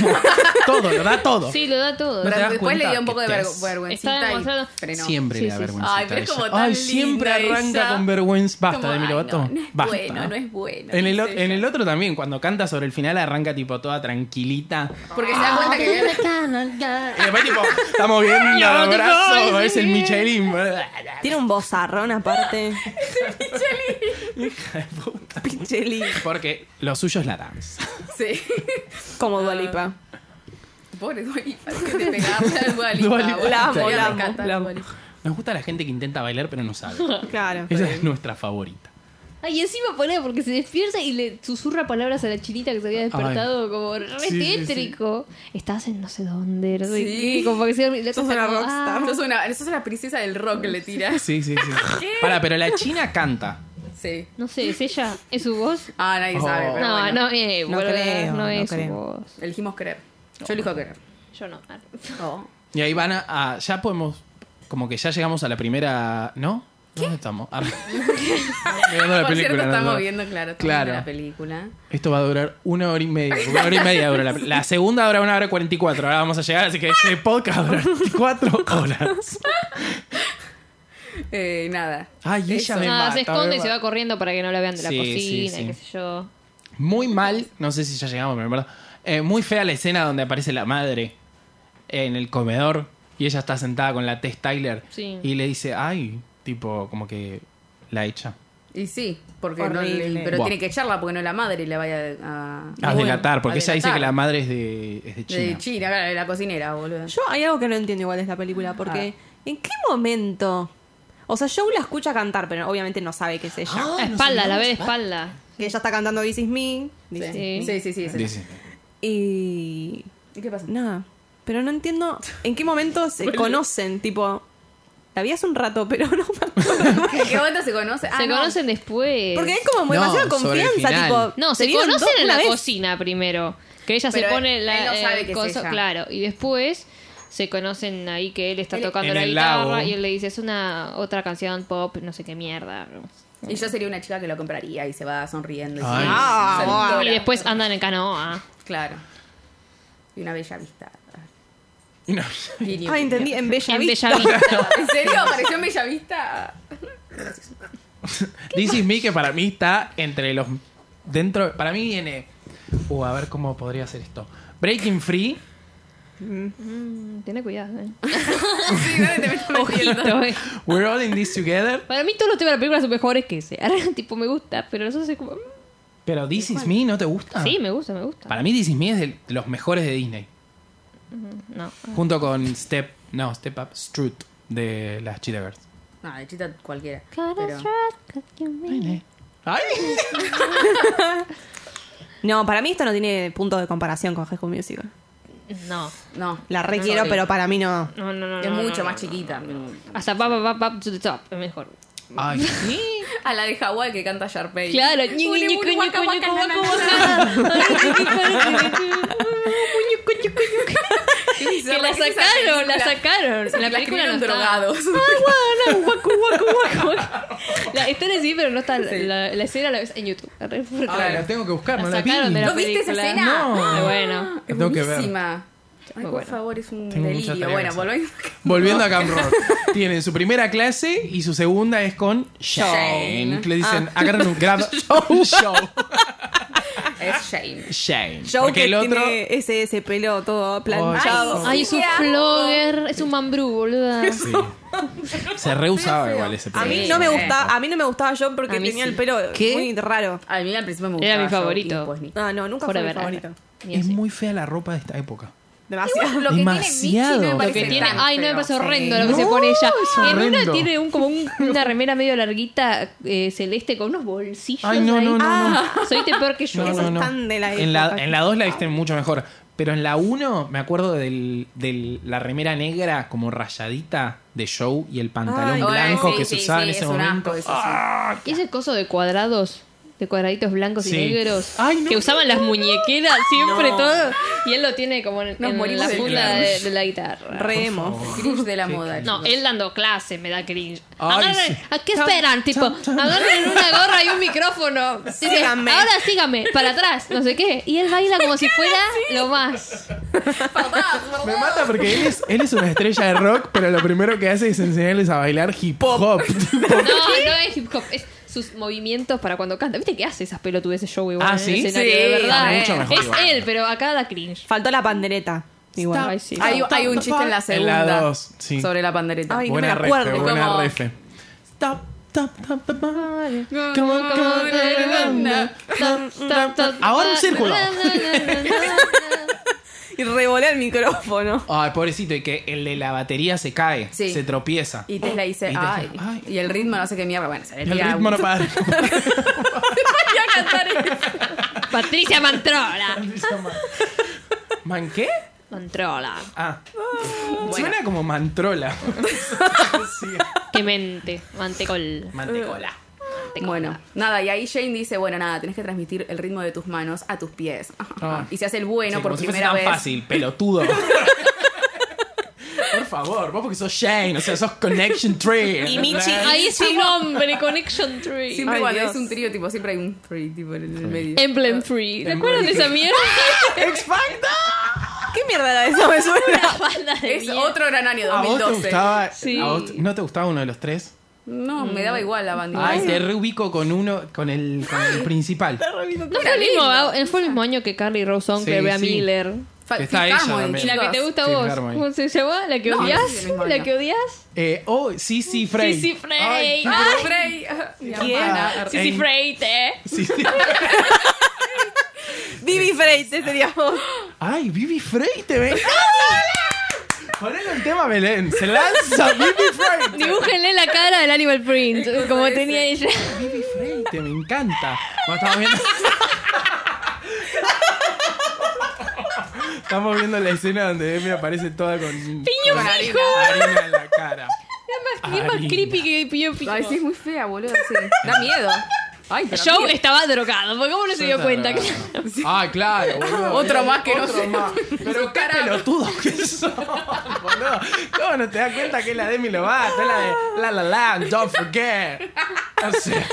todo, lo da todo.
Sí, lo da
No
todo.
te
Pero
das
después
cuenta
le dio un poco
que
de
te
verg-
has-
Está
vergüencita y
demostrado-
frenó.
Siempre
Sí,
le da
sí, sí.
vergüenza.
Ay, pero es como tan
Ay, siempre
linda
arranca
ella.
con vergüenza. Basta,
Como,
Demi
ay,
Lovato.
no, no es
Basta.
bueno, no es bueno,
En el,
qué
o-
sé
en
yo.
el otro también, cuando canta sobre el final, arranca tipo toda tranquilita.
Porque se da cuenta
Ah.
que.
Y después, tipo, estamos
<laughs>
viendo los
tipo,
brazos,
ay,
es el
sí.
Michelin.
Tiene un bozarrón
<laughs>
aparte. Picheli.
Porque lo suyo es la danza.
Sí. <laughs>
Como Dualipa.
Pobre Dualipa. Que te pegarla al
Dua
Dualipa.
Lipa.
La amo,
Me
la amo,
encanta
la
Dua
amo.
Lipa.
Nos gusta la gente que intenta bailar pero no
<laughs>
sabe.
Claro.
Esa es nuestra favorita.
Ay, encima ponía porque se despierta y le susurra palabras a la chinita que se había despertado como re
Sí, sí,
tétrico. Estás en no sé dónde, no sé
Sí.
qué, como "Ah, que se dormía.
Sos una rockstar.
Sos una, sos una princesa del rock, le tiras.
Sí, sí, sí. Para, pero la china canta.
Sí.
no sé, ¿es ella? ¿Es su voz?
Ah, nadie sabe,
Oh.
pero
No,
bueno.
no, eh,
No
boluda, no,
creo, no
es su
creo.
voz.
Elegimos querer. Yo elijo querer.
Yo no. Ah,
Y ahí van a, a- Ya podemos. Como que ya llegamos a la primera. ¿No? ¿Dónde estamos?
<laughs>
Ah, <laughs> mirando la
Por cierto,
película, no,
estamos
no.
viendo, claro, estamos
Claro.
viendo la película.
Esto va a durar una hora y media. Una hora y media dura. La, la segunda dura una hora y cuarenta y cuatro. Ahora vamos a llegar, así que este podcast va a durar cuatro
<laughs>
horas.
Eh, nada.
Ay, ella
Eso. Ah,
me mata.
se esconde
me
y se
mata.
va corriendo para que no la vean de la
Sí,
cocina,
sí, sí.
qué sé yo.
Muy mal, no sé si ya llegamos, pero en verdad. eh, muy fea la escena donde aparece la madre en el comedor y ella está sentada con la Tess Tyler
Sí.
y le dice, ay, tipo, como que la echa.
Y sí, porque no
Horrible.
le- pero
Buah. Ah,
tiene que echarla porque no la madre le vaya a,
A
bueno,
delatar, porque
a
ella dice
delatar.
que la madre es de, es de China.
De China, claro, de la cocinera, boludo.
Yo hay algo que no entiendo igual de esta película, porque ¿en qué momento? O sea, Joe la escucha cantar, pero obviamente no sabe que es ella.
La espalda, la ve de espalda.
Que ella está cantando This Is Me. dice.
Sí, sí, sí. sí, sí.
Dice,
Y
¿Y qué pasa?
Nada. Pero no entiendo en qué momento se conocen, tipo. La vi hace un rato, pero no me
<laughs>
acuerdo.
¿En qué momento se conoce? Ah,
se
no.
conocen después.
Porque hay como
No,
demasiada
sobre el
confianza,
final.
tipo.
No, se
vieron
conocen
dos
en la
una vez.
cocina primero. Que ella
Pero
se pone
él-
la
él no
eh,
sabe que es ella.
Claro, y después se conocen ahí que él está
Él-
tocando
En
la
el
guitarra
lago.
y él le dice, es una otra canción pop, no sé qué mierda.
Y yo sería una chica que lo compraría y se va sonriendo. Y,
Ay.
Ah,
Y
seductora.
después andan en canoa.
Claro. Y una bella vista.
Y no,
Y-
Ah, entendí, en Bella
En
Vista.
<laughs> Bellavista.
¿En serio? ¿Apareció en Bella Vista?
This is me que para mí está entre los dentro para mí viene uh, a ver cómo podría ser esto Breaking Free
Mm, Tené cuidado. eh.
Sí, ¿dónde te metes metiendo?
<laughs>
Ojito, eh.
We're all in this together
Para mí todos los temas de la película son mejores que ese. Ahora, <laughs> tipo, me gusta, pero nosotros es como... mm,
pero This is me no te gusta
Sí, me gusta, me gusta.
para mí This is me es de los mejores de Disney
No.
junto con Step no Step Up Strut de las Cheetah Girls
No, de chita cualquiera.
Gotta
Pero...
strut, got you made.
ay
No, para mí esto no tiene punto de comparación con High School Musical.
No.
No.
La requiero,
Sí.
pero para mí no.
No, no, no.
Es
no, no,
mucho
no,
más
no.
chiquita.
Hasta Pop, Pop, Pop to the Top, es mejor.
ay
A la de Hawái que canta Sharpay.
Claro.
Uli, uli, waka, waka, na, na, na, na. <laughs> Qué
<laughs> Que
bizarra
la
que es esa
sacaron, la
película.
sacaron.
Esa
En la
la
película no
escribieron
está.
drogados.
Ah, guau, no, guacu, guacu, guacu, guacu. La- Está en el sí, pero no está. La, la escena la ves en YouTube.
ahora lo tengo que buscar
La
no la vi
sacaron de la
¿No viste esa
película.
escena?
No.
Ah, Bueno.
La
Es
tengo que ver.
buenísima. Ay,
Muy
por
buena.
favor, es un
Tengo muchas
delirio.
tareas
Bueno,
que
volvemos.
Volviendo a Camp Rock. Tienen su primera clase y su segunda es con Shane.
Shane.
Que le dicen, agarran un grado. Show. Show.
Es Shane.
Shane.
Joe
Porque
que
el otro.
tiene ese, ese pelo todo planchado.
Oh,
Ay, es un
Qué asco.
flogger, es un mambrú, boluda.
<laughs>
Sí. Se reusaba igual ese
a mí
pelo.
no me
Sí.
gustaba, a mí no me gustaba Joe porque
A mí
tenía
sí.
el pelo
¿Qué?
muy raro.
A mí al principio me gustaba. pues,
Era
Joe
mi favorito.
y después
<laughs>
Nick.
Ah, no, nunca fue mi
Forever.
favorito.
Ni
Es
así.
muy fea la ropa de esta época.
Demasiado.
Lo que
Demasiado.
tiene Michi no me
Lo
parece
Lo que tiene,
tan
ay no, me
feo.
parece
Sí.
horrendo lo que
No,
se pone ella.
es
En una
horrendo.
tiene un,
<laughs>
como un- una remera medio larguita eh, celeste con unos bolsillos.
Ay, no,
ahí.
no, no, no.
Ah, Soy te peor que yo.
No,
Esos
no, no.
están de la
en, la,
época.
en la 2 la viste mucho mejor. Pero en la 1 me acuerdo del, del- la remera negra como rayadita de show y el pantalón
Ay,
blanco
sí,
que se
sí,
usaba
sí,
en ese
es un
momento.
asco eso, sí.
Ah,
Y ese coso de cuadrados, de cuadraditos blancos
Sí.
y negros,
Ay, no,
que usaban las muñequeras siempre
No.
todo. Y él lo tiene como en,
Nos
en
morimos
la
de
funda
cringe.
de, de la guitarra.
Remo.
Cringe de la moda.
No, él dando clase me da cringe.
Ay,
Agarren-
sí.
¿A qué esperan? Tipo, agarren una gorra y un micrófono. Dice,
Síganme.
Ahora sígame, para atrás, no sé qué. Y él baila como si fuera lo más.
Me mata porque él es, él es una estrella de rock, pero lo primero que hace es enseñarles a bailar hip hop.
No, no es hip hop, es sus movimientos para cuando canta. ¿Viste qué hace esas pelotudes ese show igual?
Ah,
en el
¿sí?
escenario,
Sí,
de verdad.
está
mucho
eh.
mejor
es
igual.
él, pero acá da cringe.
Faltó la pandereta. Igual.
Ay, sí.
Hay, hay un chiste en la
En la
segunda.
dos, sí.
Sobre la pandereta.
Ay, no
buena
me acuerdo.
refe,
Es
buena
como-
refe. Stop, stop, stop, stop,
Come
Come on, come on, Ahora un círculo.
Y revolé el micrófono.
Ay, pobrecito, y que el de la batería se cae,
Sí.
se tropieza.
Y Tesla dice,
Y Tesla,
ay.
ay.
Y el ritmo no sé qué mierda. Bueno, se le
el
pega
ritmo no
gusto. <laughs>
para.
Voy a cantar
<laughs>
eso.
<laughs> Patricia Mantrola.
¿Man qué?
Mantrola.
Ah. Suena como
<laughs>
mantrola. Sí,
Que mente. Mantecol.
Mantecola.
Mantecol.
Bueno, nada, y ahí Jane dice, bueno, nada, tenés que transmitir el ritmo de tus manos a tus pies.
Ah.
<laughs> Y se hace el bueno
Sí,
por
como si fuese
primera
tan
vez.
fácil, pelotudo. Por favor, vos porque sos Shane, o sea, sos Connection Tree.
Y Michi-
¿entendés?
Ahí es su nombre, Connection Tree.
Siempre
Ay,
cuando
Dios.
es un trío, tipo, siempre hay un tree, tipo, en el medio.
Emblem Tree. ¿Te acuerdan de esa <laughs> mierda?
¿Qué mierda era eso? Me suena. <laughs>
Una banda de
Es
mierda.
otro gran año,
¿A vos te
2012.
gustaba?
Sí.
a vos- ¿No te gustaba uno de los tres?
No, me daba igual la banda.
Ay, te reubico con uno, con el, con el principal.
No fue el, mismo, ah, fue el mismo año que Carly Rose Uncle,
Sí,
Bea
sí.
Miller.
Fa-
Que está
Fifth
ella
Harmony,
también.
Y la que te
chicos.
gusta a
Sí,
vos.
Harmony.
¿Cómo se llama? ¿La que
No,
odias?
no sé si es el mismo
¿La
año.
que odias?
Eh, oh, sí, sí, Frey.
Sissy Frey.
Ay,
Ah, Frey. <laughs> Mi hermana.
Sí, Ah,
Sissy
en-
Frey, te.
sí, sí.
Vivi Freite sería vos.
Ay, Bibi Frey te ve. Ponelo el tema Belén. Se lanza Bibi Frey.
Dibújenle la cara del Animal Print, como
ese.
tenía ella.
Bibi Frey te me encanta. Cuando estaba viendo. <laughs> Estamos viendo la escena donde Amy aparece toda con.
Piño
con
fijo.
harina en la cara.
Es más, es más
Harina.
creepy que Piño Fijo.
Ay, sí, es muy fea, boludo.
<laughs>
sí. Da miedo. Ay, pero
Joe
miedo.
estaba drogado, porque cómo no se dio cuenta.
Ah, claro, boludo.
Otro más que no
Otro
se-
más. Pero qué pelotudo que sos, boludo. ¿Cómo no te das cuenta que es la de Milo Lovato? Es la de La La La, Don't Forget. O sea,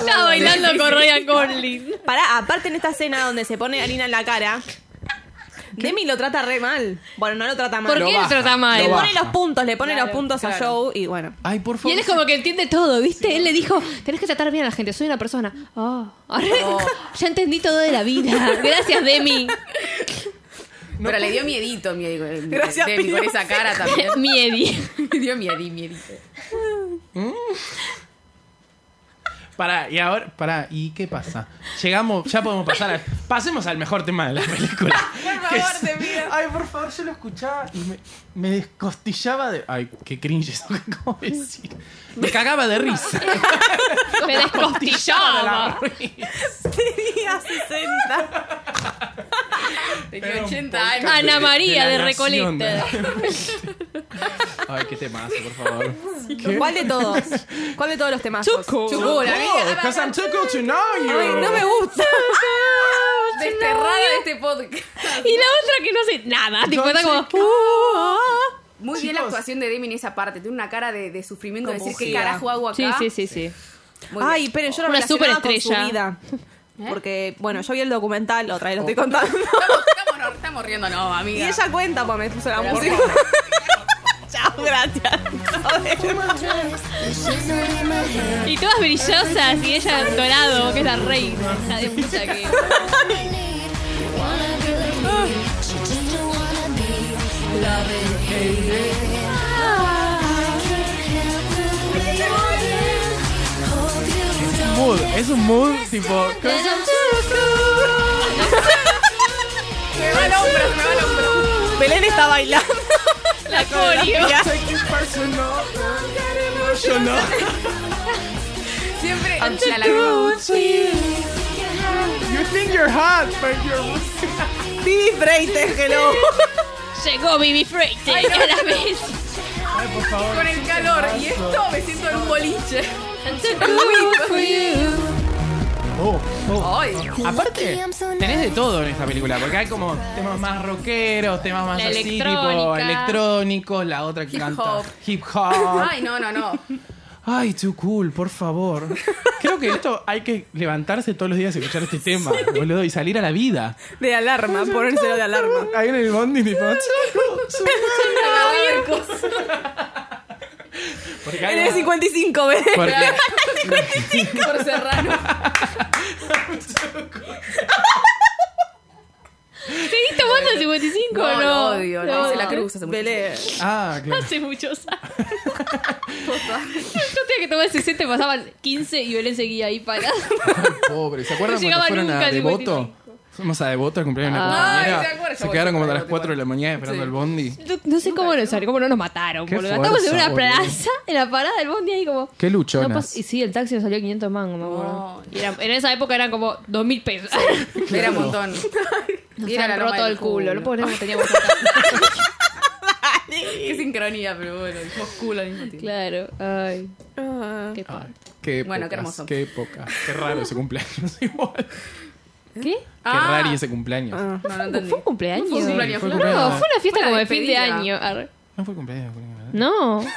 Estaba bailando con Ryan Gosling.
<laughs>
Pará, aparte en esta escena donde se pone harina en la cara, Demi lo trata re mal. Bueno, no lo trata mal.
¿Por
Lo
qué lo
baja,
trata mal?
lo
Le pone
baja.
los puntos, le pone
Claro,
los puntos a
claro.
Joe y <laughs> bueno.
ay, por favor.
Y él es como que entiende todo, ¿viste? él le dijo, tenés que tratar bien a la gente, soy una persona. Oh, ahora <laughs> ya entendí todo de la
<laughs>
vida. Gracias, Demi. <laughs>
Pero le dio miedito, eh, miedo.
Gracias,
Demi, con
Pino.
esa cara también. <laughs>
Miedi.
Le dio miedito, miedito.
Pará, y ahora, pará, ¿y qué pasa? Llegamos, ya podemos pasar a- Pasemos al mejor tema de la película. por favor, te pido. Ay, por favor, yo lo escuchaba y me, me descostillaba de... Ay, qué cringe eso que acabo de decir. Me cagaba de risa.
<laughs>
Me
Costillaba de <laughs>
descostillaba.
la risa.
Tenía 60.
Era
Tenía
un
80 años.
podcast
Ana
de- ¿eh?
María
la
de
nación,
Recoleta.
de- Ay, qué temazo, por favor. ¿Qué?
¿Cuál de todos? ¿Cuál de todos los temas?
Chucu.
Chucu, la
Oh,
vida.
because I'm too cool to know you.
Ay, no me gusta.
Desterrada de este podcast.
<laughs> Y la otra que no hace nada. Tipo, está como,
Muy bien la
Chicos.
actuación de Demi en esa parte. Tiene una cara de, de sufrimiento de
Como
decir qué
gira.
carajo hago acá.
Sí, sí, sí, sí.
Muy bien.
Ay, pero yo lo
Una
relacionaba con su
superestrella.
vida. Porque, bueno, yo vi el documental, otra vez lo estoy contando.
Estamos, estamos, estamos riendo, no,
Y
amiga.
ella cuenta, pues me puso la
Pero
música.
por
<laughs> Chao, gracias. <laughs>
Y todas brillosas y ella dorado, que es la reina. Esa de puta
<laughs>
que...
Mood, es un mood tipo...
Me va el hombro, me va el hombro.
Belén está bailando.
La coreo.
Take it personal, don't get emotional.
Siempre la lágrima.
You think you're hot, but you're...
Vivi Freites, hello.
Llegó Bibi Freight. A la vez.
Ay, por favor.
Con el calor. Y esto me siento en un boliche.
Oh, oh.
Ay.
Aparte, tenés de todo en esta película, porque hay como temas más rockeros, temas más
La
así, tipo
electrónica.
electrónicos, la otra que
Hip
canta
hop.
hip hop.
Ay, no, no, no.
Ay, too cool, por favor. Creo que esto hay que levantarse todos los días y escuchar este tema, boludo, y salir a la vida.
De alarma, ponérselo de alarma.
Ahí en el bondi, tipo... Porque hay
En el
una-
55, Belén.
porque-
<laughs> Por serrano.
¿Seguís tomando el 55
No,
o no?
lo odio, lo hice la cruz hace mucho
Belén.
Ah, claro.
Hace muchos
<laughs>
años. Yo tenía que tomar 60 y pasaban 15 y Belén seguía
<laughs>
ahí parada.
Pobre, ¿se acuerdan
No llegaba
cuando fueron
nunca
a
al
Devoto?
55.
Fuimos a Devoto al cumpleaños de una
Ay,
compañera.
¿se acuerdan?
se quedaron como hasta las
Igual.
4 de la mañana esperando
Sí.
el bondi.
No, no sé cómo nos, cómo no nos mataron,
Qué
boludo.
fuerza,
Estamos en una
boludo.
plaza, en la parada del bondi ahí como...
Qué
No pues,
luchonas.
pas- y sí, el taxi nos salió 500 mangos, me acuerdo.
No.
Y era- en esa época eran como 2.000 pesos.
Era un montón.
Nos
Era
han
la loma
roto
del
el culo.
culo.
Lo pobre <laughs> no teníamos tanta-
Qué sincronía, pero bueno, dijimos culo al mismo tiempo.
Claro. Ay,
Ah.
qué
Ay,
padre.
qué
Bueno,
épocas,
qué hermoso.
Qué época. Qué raro ese cumpleaños <laughs> igual.
¿Qué?
Qué
Ah.
raro ese cumpleaños.
Ah.
No, no entendí.
¿Fue un cumpleaños?
Fue un cumpleaños.
Fue un
No, fue
cumpleaños.
una
Fue una
fiesta como de fin de
despedida.
año. Arre.
No fue cumpleaños. fue cumpleaños.
No. <laughs>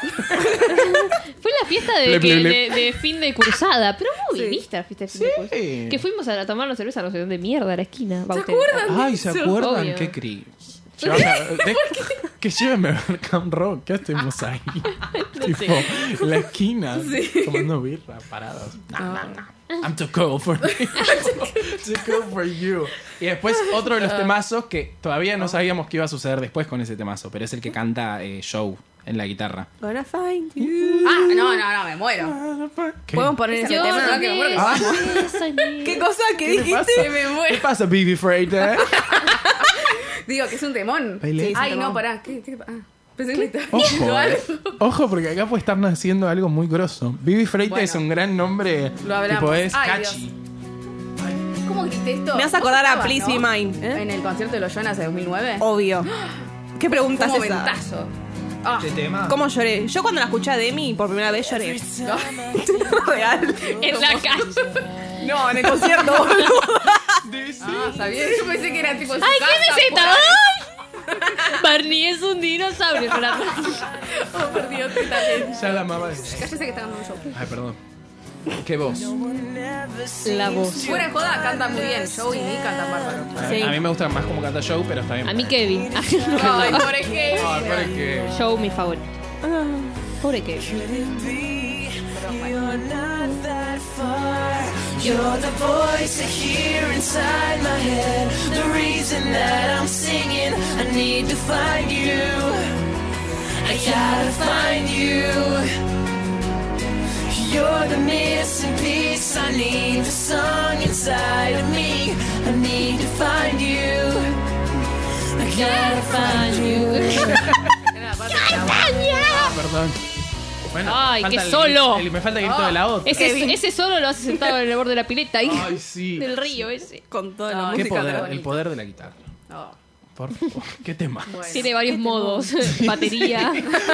fue la fiesta de,
Blep,
que-
blep, blep.
de- de fin de cursada. Pero muy viviste la fiesta de fin de
Sí.
cursada. Que fuimos a tomarnos cerveza no sé dónde mierda a la esquina.
¿Se acuerdan?
Ay, ¿se acuerdan?
Obvio.
Qué cringe. Llevan a- de- Que llévenme a ver Camp Rock. ¿Qué hacemos ahí? <laughs> tipo, en la esquina, tomando birra, parados. I'm too cold for you. <laughs> too cold for you. Y después otro de los temazos que todavía no sabíamos qué iba a suceder después con ese temazo, pero es el que canta eh, Joe en la guitarra.
Gonna find you.
Ah, no, no, no, me muero.
¿Qué,
¿Podemos poner ese
Yo
tema?
no, que me muero.
Ah.
¿Qué cosa que
¿Qué le
dijiste?
pasa?
Me
¿Qué
muero.
pasa, Bibi eh? Freighter?
Digo que es un demon.
Bailé. Sí, es
un
Ay, no,
temón.
pará. ¿Qué, qué- ah, pensé que estaba
Ojo,
diciendo
eh.
algo. <laughs>
ojo, porque acá puede estarnos haciendo algo muy grosso. Bibi Freitas
Bueno.
es un gran nombre.
Lo hablamos.
Tipo es
Ay,
catchy.
¿Cómo ¿Cómo hiciste esto?
Me hace acordar a
Vos
Please Be Mine, ¿eh?
En el concierto de los Jonas de 2009.
Obvio. ¿Qué
Fue
preguntas
un
esa?
ventazo. Ah,
Este tema.
¿Cómo lloré? Yo cuando la escuché a Demi por primera vez lloré.
no.
<laughs> Real.
En la calle.
No, en el concierto, boludo.
Ah, está bien. Yo pensé que era tipo en su
¡Ay,
casa,
qué meseta!
fuera-
¡Ay! <laughs> Barney es un dinosaurio. Con la...
Oh, por Dios, qué talento.
Ya la mamá.
Cállese que está dando un show.
Ay, perdón. ¿Qué voz?
la voz.
Fuera de joda, canta muy bien. Joe y Nick cantan bárbaro.
A- A mí me gusta más como canta Joe, pero está bien.
A mí Kevin.
Ay, pobre Kevin.
Ah, pero que-
<laughs> Show mi favorito. Pobre Kevin.
You're the voice I hear inside my head. The reason that I'm singing, I need to find you. I gotta find you. You're the missing piece. I need the song inside of me. I need to find you. I gotta find you.
Era la parte de la-
Ah, perdón. Bueno,
Ay,
falta
qué
el-
solo.
el- me falta el grito de la otra.
Ese, ese solo lo hace sentado en el borde de la pileta ahí.
Ay, sí.
<laughs> Del río ese.
Con toda la
Ay,
Qué
música.
poder,
bonita.
el poder de la guitarra.
No,
Por favor, qué tema.
bueno.
Tiene varios modos. <laughs> Batería.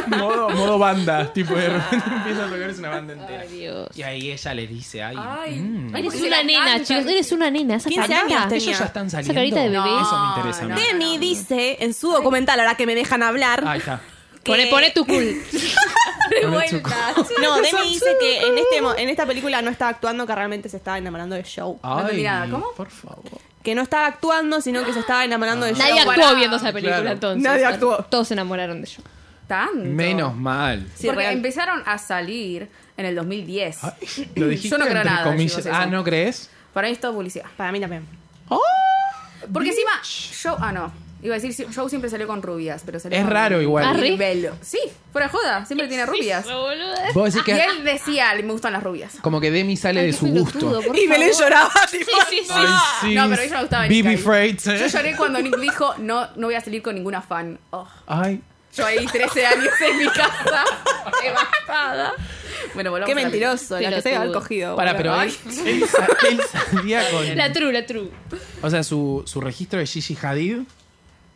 Modo, modo banda, tipo de repente
Ah.
empieza a tocar es una banda entera.
Ay, Dios.
Y ahí ella le dice, ay,
Ay,
Mm.
¿cómo
Eres
se
una
la
nena,
canta?
chicos. Eres una nena. Esa
15
carita.
años tenía.
Ellos ya están saliendo.
carita de bebé.
Eso me interesa a mí.
No,
Demi dice en su documental, ahora que me dejan hablar.
Ahí está.
Pone, pone tu cul.
De
Con el chuco.
vuelta.
No, Demi dice que en, este, mo- en esta película no está actuando, que realmente se estaba enamorando de Show.
Ay,
entendí nada. ¿Cómo?
Por favor.
Que no estaba actuando, sino que se estaba enamorando de Show.
Ah. Nadie actuó
Pará.
viendo esa película
Claro.
entonces.
Nadie actuó.
Todos se enamoraron de yo.
Tanto.
Menos mal.
Sí,
Porque
real.
empezaron a salir en el 2010.
Ay,
<clears throat>
lo dijiste
Yo no creo
entre
nada.
comillas.
chicos, eso.
ah, ¿no crees?
Para mí es todo publicidad.
Para mí también.
Porque encima, Show. Ah, no. Iba a decir, Show siempre salió con rubias, pero salió
Es
con-
raro igual.
Ah, re-
Y Velo. Sí, fuera de joda. Siempre tiene rubias.
Eso, boludo.
Vos decís
Ah, Y
que
él decía, me gustan las rubias.
como que Demi sale de
Qué
su
pelotudo,
gusto.
por
Y Belén
favor.
lloraba, tipo.
Sí, sí, sí.
Ay, sí.
No, pero a ella le gustaba Nick
Bibi ¿eh?
ahí.
Freight.
Yo lloré cuando Nick dijo, no, no voy a salir con ninguna fan. Oh.
Ay,
Yo ahí 13 años en mi casa, <laughs> devastada. Bueno, volvamos
Qué
a la
mentiroso, la que se
Pelotudo.
había cogido.
para, pero él, él sa- él salía con.
La true, la true.
O sea, su, su registro de Gigi Hadid.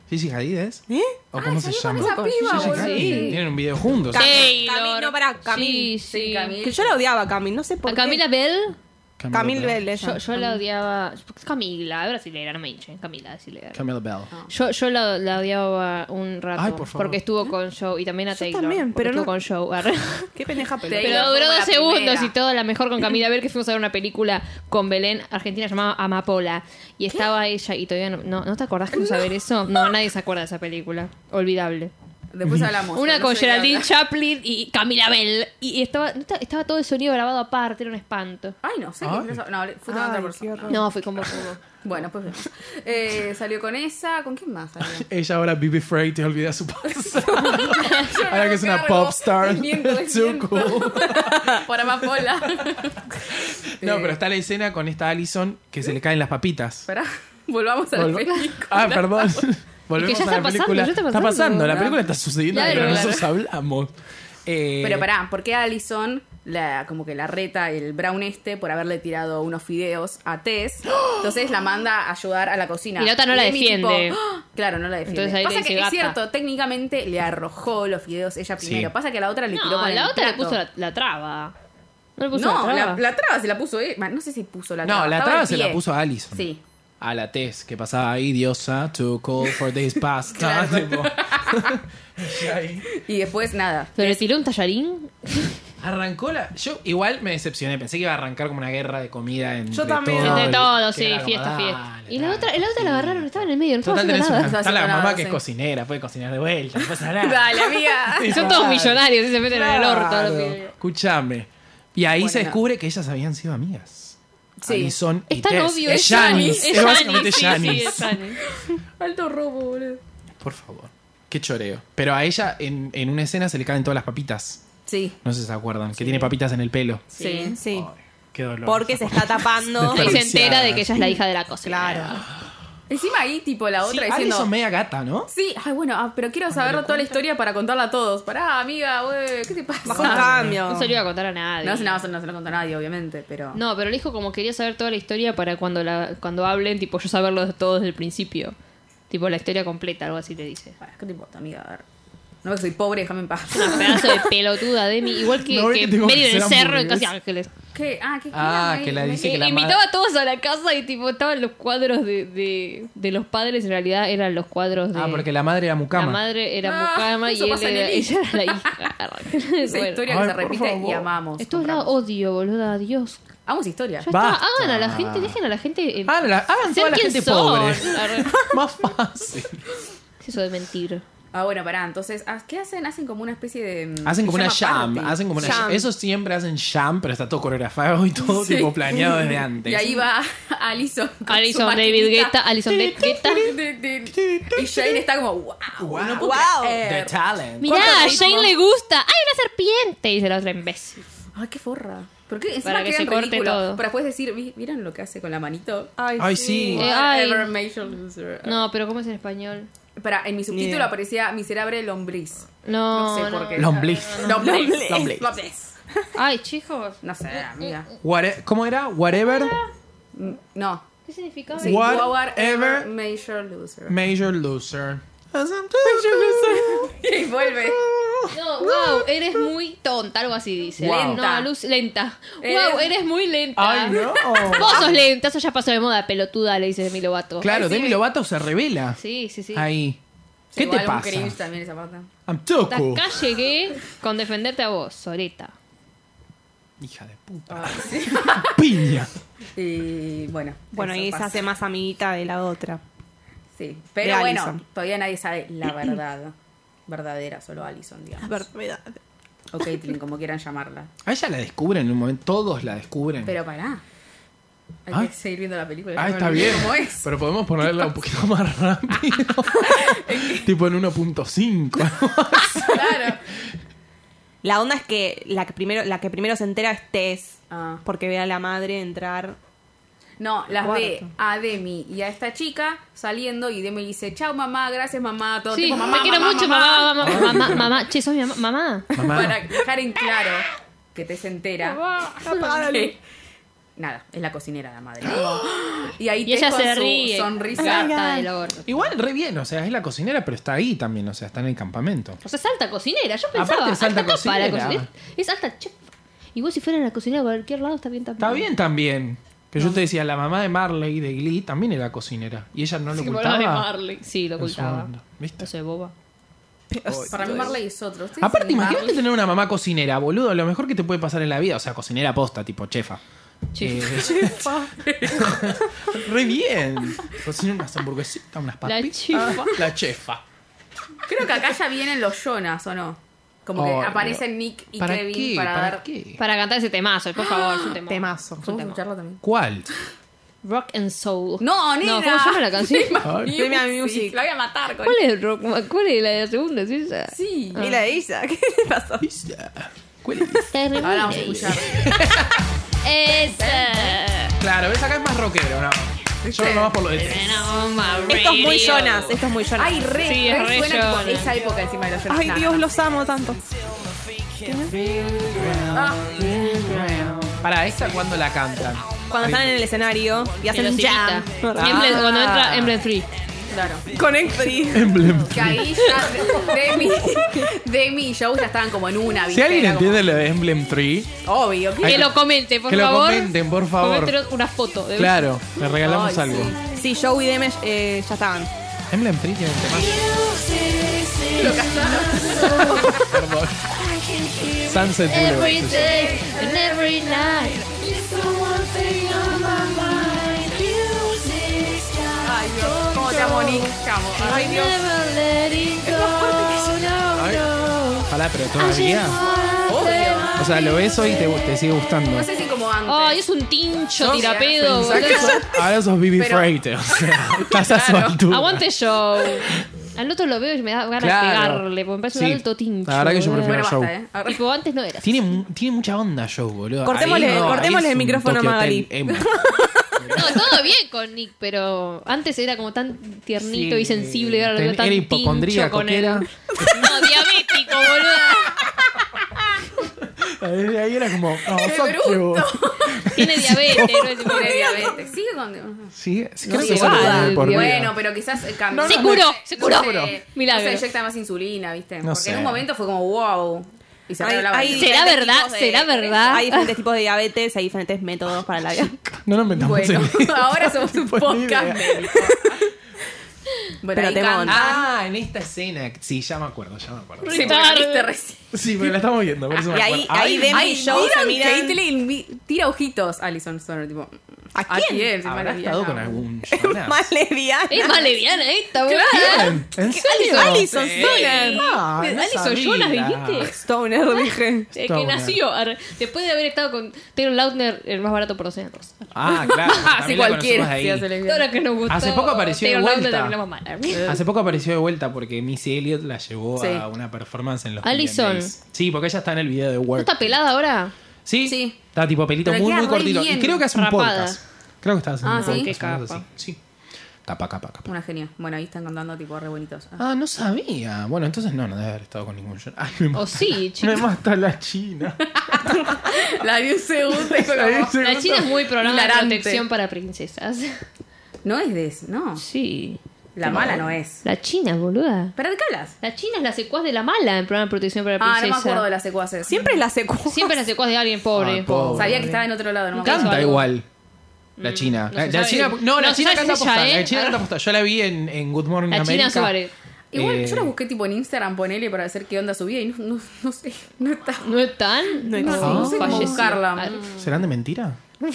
¿Gigi Hadid es?
¿Eh?
¿O cómo se
salió
llama?
con esa piba,
Gigi
boludo,
Hadid.
sí.
Tienen un video juntos.
Cam-
Taylor.
Camil- no, pará, Camil.
Sí, sí.
Sí, Camil.
Que yo la odiaba a Camil, no sé por
A
qué. Ah,
Camila Bell.
Camila
Camil
Bell.
Vélez.
Yo, yo la odiaba. Camila, brasileira, no me hinchen. Camila, brasileira.
Camila Bell.
Yo, yo la, la odiaba un rato.
Ay, por favor.
Porque estuvo con Show y también a Taylor.
también, pero
porque estuvo
no-
<laughs>
con Show. arre.
Qué pendeja pelota.
Taylor
Pero
fue
duró
la
dos segundos
primera.
y todo. La mejor con Camila Bell, que fuimos a ver una película con Belén argentina llamada Amapola. Y estaba ella y todavía no, no, ¿no te acordás que fuimos a ver eso? No, nadie se acuerda de esa película. Olvidable.
Después hablamos.
Una
no
con
sé de qué
Geraldine
hablar.
Chaplin y Camila Bell. Y estaba, no estaba- estaba todo el sonido grabado aparte, era un espanto.
Ay, no sé. qué
Ay.
empezó- No, fue con otra
Ay, qué
persona.
horror.
No,
<laughs>
fue como como.
Bueno, pues vemos. eh, salió con esa. ¿Con quién más salió?
Ella ahora Bibi Freight te olvida su pasado. <laughs> ahora que es una
Cargo.
pop star.
Miento,
<laughs> Too
miento.
cool.
Por Amapola.
No, pero está la escena con esta Allison que se le caen las papitas.
Espera, volvamos a la
Volvo-
película.
Ah, perdón.
Es
<laughs> Volvemos
que ya
a
está
la
pasando,
película.
ya está
Está pasando,
pasando.
la película está sucediendo,
Claro,
pero
claro.
nosotros hablamos. Eh,
Pero pará, ¿por qué Allison la, como que la reta el Brown este por haberle tirado unos fideos a Tess? Entonces la manda a ayudar a la cocina.
Y la otra no la
Demi,
defiende.
¡Ah! <gasps> claro, no la defiende.
Entonces ahí
Pasa
le dice
que es
gata.
cierto, técnicamente le arrojó los fideos ella primero. Pasa que la otra le tiró
No,
con
la
el
otra le
plato.
puso la, la traba. No le puso
No,
la
la
traba.
la, traba se la puso él. Bueno, No sé si puso la traba.
No, la
estaba
traba
de
se
pie.
la puso a Allison.
Sí.
A la Tess, que pasaba ahí, diosa, to call for this pasta.
Claro.
tipo. <laughs> Y ahí.
Y después nada.
Pero le tiró un tallarín.
Arrancó la. Yo igual me decepcioné. Pensé que iba a arrancar como una guerra de comida entre
Yo también.
todos.
Entre todos,
Que
sí,
era como,
fiesta,
dale,
fiesta. Y la
dale.
otra, la otra la agarraron, estaba en el medio, no estaba
Total,
haciendo
tenés una-
nada.
No
Está la
haciendo
mamá
nada,
que es
sí.
cocinera, puede cocinar de vuelta, no
<laughs>
pasa nada.
Dale, amiga.
<laughs> Sí,
Son todos
total.
millonarios y se meten en el orto.
Claro.
los pibes.
Escúchame. Y ahí
Bueno,
se
no.
descubre que ellas habían sido amigas.
Sí.
Alison y
Es tan
Tess.
obvio.
Es Janis. Es básicamente
sí, sí,
Janis.
es Janis.
Alto robo, boludo.
Por favor. Qué choreo. Pero a ella en, en una escena se le caen todas las papitas.
Sí.
No sé si se acuerdan. Que tiene papitas en el pelo.
Sí.
Sí.
Qué dolor.
Porque se está tapando. <laughs>
Pero-
Y se entera de que ella es la hija de la cosa.
Claro.
Encima ahí, tipo, la otra
Sí,
diciendo.
Alison media gata, ¿no?
Sí, ay, bueno, ah, pero quiero saber toda la historia para contarla a todos. Pará, amiga, güey, ¿qué te
Bajo un
pasa?
cambio.
No se lo iba a contar a nadie.
No, se- no, se- no se lo contó nadie, obviamente, pero.
No, pero el hijo como quería saber toda la historia para cuando la, cuando hablen, tipo yo saberlo todo desde el principio. Tipo la historia completa, algo así te dice.
Bueno, ¿Qué te importa, amiga? A ver. No, que soy pobre, déjame
<laughs>
en paz.
Una pedazo de pelotuda de mí, igual que,
No,
que
que tengo que
medio en el
hacer
cerro de
hamburguesas.
Casi Ángeles.
¿Qué? Ah, ¿qué
Ah,
qué-
que la
qué-
dice
Eh,
que la ma-
invitaba a todos a la casa y tipo estaban los cuadros de, de, de los padres, en realidad eran los cuadros de
Ah, porque la madre era
la
mucama.
madre era
Ah,
mucama <laughs> y
eso
él
pasa en
era-
el
ella era la
<laughs>
hija.
Esa
Bueno.
historia
Ay,
que se
por
repite y
favor.
amamos.
Esto es la
compramos.
odio, boluda, adiós.
Amamos historia.
Ya está,
Basta.
hagan a la gente, dejen a la gente. eh,
Ah, la- hagan
ser
toda la
quien
gente
son.
pobre.
<laughs>
Arre.
Más fácil.
¿Qué es eso de mentir?
Ah, bueno, pará, entonces, ah, ¿qué hacen? Hacen como una especie de. mm,
Hacen como
se
una
llama
jam,
party.
hacen como una
Jam.
Eso siempre hacen jam, pero está todo coreografado y todo
Sí.
tipo planeado desde antes.
Y ahí va <laughs> Alison. con su
Alison David
maquinita. <laughs>
Guetta, Alison David Guetta.
De- de- Y Shane está como, wow.
Wow.
no puedo
Wow.
The
creer".
talent.
Mirá, a
ritmo?
Shane le gusta. ¡Ay, una serpiente! Dice la otra imbécil.
Ay, qué forra. ¿Por qué? Encima
Para que
quedan
se corte
ridículos.
todo.
Para después decir, "Vi- ¿vieron lo que hace con la manito?
Ay, sí.
Eh,
Whatever
ay.
major loser.
No, pero ¿cómo es en español?
Para, en mi subtítulo
idea.
aparecía Miserable Lombriz.
No,
No sé por qué.
Lombliz.
Lombriz.
Lombliz.
Lombriz.
Ay, chicos.
No sé, amiga.
What- ¿Cómo era? Whatever
Mm, No.
¿Qué significa?
Sí,
What
whatever
ever-
major loser.
major loser. Major loser.
<laughs> Y vuelve.
No, wow, eres muy tonta, algo así dice.
Wow.
No, luz lenta.
Eres-
Wow, eres muy lenta.
Eh, Ay,
<laughs>
no.
Vos sos lenta, eso ya pasó de moda, pelotuda, le dice Demi Lovato.
Claro,
Ay, sí.
Demi Lovato se revela.
Sí, sí, sí.
Ahí. ¿Qué
Igual
te
un
pasa?
cringe también esa parte.
I'm
Hasta
Toku.
acá llegué con defenderte a vos, Soreta.
Hija de puta. Piña.
Y bueno.
Bueno,
eso
y esa
pasa.
hace más amiguita de la otra.
Sí. Pero
de
bueno,
Allison.
todavía nadie sabe la verdad. Verdadera, solo Allison, digamos.
verdad.
O Caitlyn, como quieran llamarla.
A ella la descubren en un momento. Todos la descubren.
Pero pará. Hay
Ay.
que seguir viendo la película.
Ah,
ya me
está
olvidé
bien.
¿Cómo es?
Pero podemos ponerla un poquito más
<laughs>
rápido. tipo en 1.5.
<laughs> Claro.
La onda es que la que primero, la que primero se entera es Tess.
Ah.
Porque ve a la madre entrar.
No, las ve
Cuarto.
a Demi y a esta chica saliendo y Demi dice, chao mamá, gracias mamá, todo
Sí,
tipo, mamá,
te quiero
mamá,
mucho, mamá, mamá, mamá, mamá, mamá. Che, sos mi mamá. mamá.
Mamá.
Para dejar en claro que te se entera. <laughs> que- Nada, es la cocinera la madre. Y ahí
Y
Tess
ella
con
se
su
ríe.
sonrisa.
Harta del orto.
Igual re bien, o sea, es la cocinera, pero está ahí también, o sea, está en el campamento.
O sea, salta cocinera. Yo pensaba.
Aparte, salta
alta capa, la
cocinera.
cocinera. Es alta chef. Y vos, si fuera la cocinera de cualquier lado, está bien también.
Está bien también. Que yo te decía, la mamá de Marley de Glee también era cocinera. Y ella no lo
Sí,
ocultaba.
de Marley. Sí, lo
En su
ocultaba.
momento, ¿viste?
No sé, boba.
Para mí Marley es otro. Ustedes
Aparte,
dicen
imagínate
Marley.
tener una mamá cocinera, boludo. Lo mejor que te puede pasar en la vida. O sea, cocinera posta, tipo chefa. Eh, <laughs> re bien. Cocina unas hamburguesitas, unas
La
papitas.
chefa.
La chefa.
Creo que acá ya vienen los Jonas, ¿o no? Como que
Oh,
aparecen Nick y
¿Para
Kevin
qué?
para,
¿Para,
dar...
qué?
Para cantar ese temazo, por favor. Es un temazo.
Temazo.
Es un
¿Podemos
temazo.
escucharlo también?
¿Cuál?
Rock and Soul.
No, nena.
No, ¿cómo se llama la canción?
Ay,
<laughs>
Premium
Sí,
Music.
La voy a matar con
¿Cuál es rock? ¿Cuál es la de la segunda? ¿Sí? esa?
Sí.
Y la de <laughs> Isa, ¿qué le pasó?
Isa. ¿Cuál es?
Terrible.
Ahora vamos a escuchar.
Esa.
Claro, esa acá es más rockero, ¿no? Yo
¿Viste?
nomás por lo de
Esto es muy Jonas, esto es muy Jonas.
Ay, re,
Sí, es
re
re
suena tipo
Jonas.
esa época encima de los Jonas.
Ay,
Nah,
Dios,
nah.
los amo tanto.
Ah,
Para esta, cuando la cantan?
Cuando están en el escenario y hacen jam.
Emblem, cuando entra Emblem 3.
claro.
Con Free. <laughs>
Emblem.
Que ahí ya Demi, Demi y Joe ya estaban como en una,
Si
¿viste?
alguien
Era como-
entiende lo de Emblem 3,
Obvio, ¿qué?
Ay,
Que lo comente, por
que lo
favor.
comenten, por favor.
Comenten una foto. De
claro, le regalamos
Ay,
algo.
Sí, Joe y Deme eh, ya estaban.
Emblem 3 tiene un tema. Perdón.
Eh,
Sunset
Every
Boulevard.
day and every night.
Ay, Dios. ¿Cómo te amo, Nick? Te amo. Ay, Dios.
Never let it go.
Ay. Pará, pero todavía. O sea, lo ves hoy y te, te sigue gustando.
No sé si como antes.
Ay, es un tincho tirapedo.
Pensá
boludo.
Ahora sos Ah, Bibi
Pero-
Freight, o sea, estás a su
Claro.
altura.
Aguante show. Al otro lo veo y me da ganas
Claro.
de pegarle, porque me parece
Sí.
un alto tincho.
La verdad que yo
boludo.
bueno,
prefiero-
basta,
show.
¿eh? Ahora-
Tipo, antes no era así.
Tiene, mu- tiene mucha onda show, boludo.
Cortémosle-
Ahí ahí
cortémosle
es
el
un
micrófono a
Tokyo
Magali.
Hotel emo.
No, todo bien con Nick, pero antes era como tan tiernito
Sí.
y sensible. y Ahora lo
Ten-
veo tan
era hipocondríaco,
pincho con
¿qué
él.
era?
No, diabético, boludo.
Desde ahí era como, no, fuck you.
<laughs>
Tiene diabetes. no es
Tiene
hipocondríaco.
diabetes. Sigue con.
Sí, sí, creo
sé,
que eso lo
igual,
tiene por vida.
Bueno, pero quizás eh, cambió.
Se curó, se curó.
No sé,
Milagro.
no se inyecta más insulina, ¿viste? Porque
sé.
en un momento fue como wow. Y se
Ay,
arregló la
ay,
barriga.
¿Será
diferentes
verdad?
tipos de-
¿Será verdad?
Hay diferentes tipos de diabetes, hay diferentes métodos para la vida.
No nos metamos
Bueno, <laughs>
en
ahora
<laughs>
somos un
Buena idea.
podcast médico. Bueno,
Pero
ahí
temón.
cantan.
Ah, en esta escena. Sí, ya me acuerdo, ya me acuerdo.
Sí, porque la viste recién.
Sí, pero la estamos viendo, por eso me
Y
acuerdo.
ahí- ahí
Ay,
vemos- Demi
Ay,
y Joe
¿vieron
se miran?
Caitlyn vi- tira ojitos a Alison Stoner, tipo.
¿A quién?
quién? Se
¿Habrá
maravilla,
estado
no.
con algún
Más
Jonas?
leviana.
Es más leviana esta, boludo.
¿Quién? ¿En serio?
Alison Stoner.
Ah,
De
no
Alison
sabía.
Jonas, dijiste.
Stoner, dije.
Eh, que
Stoner.
nació arre, después de haber estado con Taylor Lautner, el más barato por 12 años.
Ah, claro.
Así
también la
cualquiera.
conocemos ahí.
se hace lesbiana.
Ahora que nos gustó.
Hace poco apareció de
Taylor Lautner
vuelta.
terminamos mal.
Hace poco apareció de vuelta porque Missy Elliott la llevó
Sí.
a una performance en los
Allison.
VMAs. Sí, porque ella está en el video de
¿No
Work.
está pelada ahora?
Sí,
Sí.
Está tipo pelito
Pero
muy,
queda
muy
re
cortito.
bien
Y creo que hace un
rapada.
podcast. Creo que está haciendo
Ah,
un
¿sí?
podcast.
Qué
una cosa
capa.
así. Sí. Capa, capa, capa.
Una genia. Bueno, ahí están cantando tipo re
<laughs>
bonitos. Ah.
Ah, no sabía. Bueno, entonces no, no debe haber estado con ningún yo. Ay, me mata.
O sí,
Me
chicos.
mata la
<laughs>
China.
La vi un segundo y fue como-
Ahí se
La
nota.
China es muy programa de
Hilarante.
protección para princesas.
No es de eso, no.
Sí.
La
¿eh?
mala no es.
La China, boluda.
¿Pero de qué hablas?
La China es la secuaz de la mala en programa de protección para
Ah, no
princesas.
me acuerdo de las secuaces.
Siempre es la secuela.
Siempre es la secuaz de alguien pobre.
Ah, pobre.
Sabía que estaba en otro lado, no me acuerdo.
Hizo
Canta
algo. Mm,
igual. La China.
no
la, la
se sabe.
China. No, la
No se
China
sabe si
canta
es
posta.
ella,
La
¿eh?
China canta posta. Yo la vi en, en Good Morning
La China
America.
Suárez.
Igual
Eh,
yo la busqué tipo en Instagram, ponele para hacer qué onda su vida y no, no, no sé, <laughs> no está.
No es tan.
No es
es
tan.
No sé cómo
falleció.
buscarla.
Ah,
¿Serán de mentira?
Ah,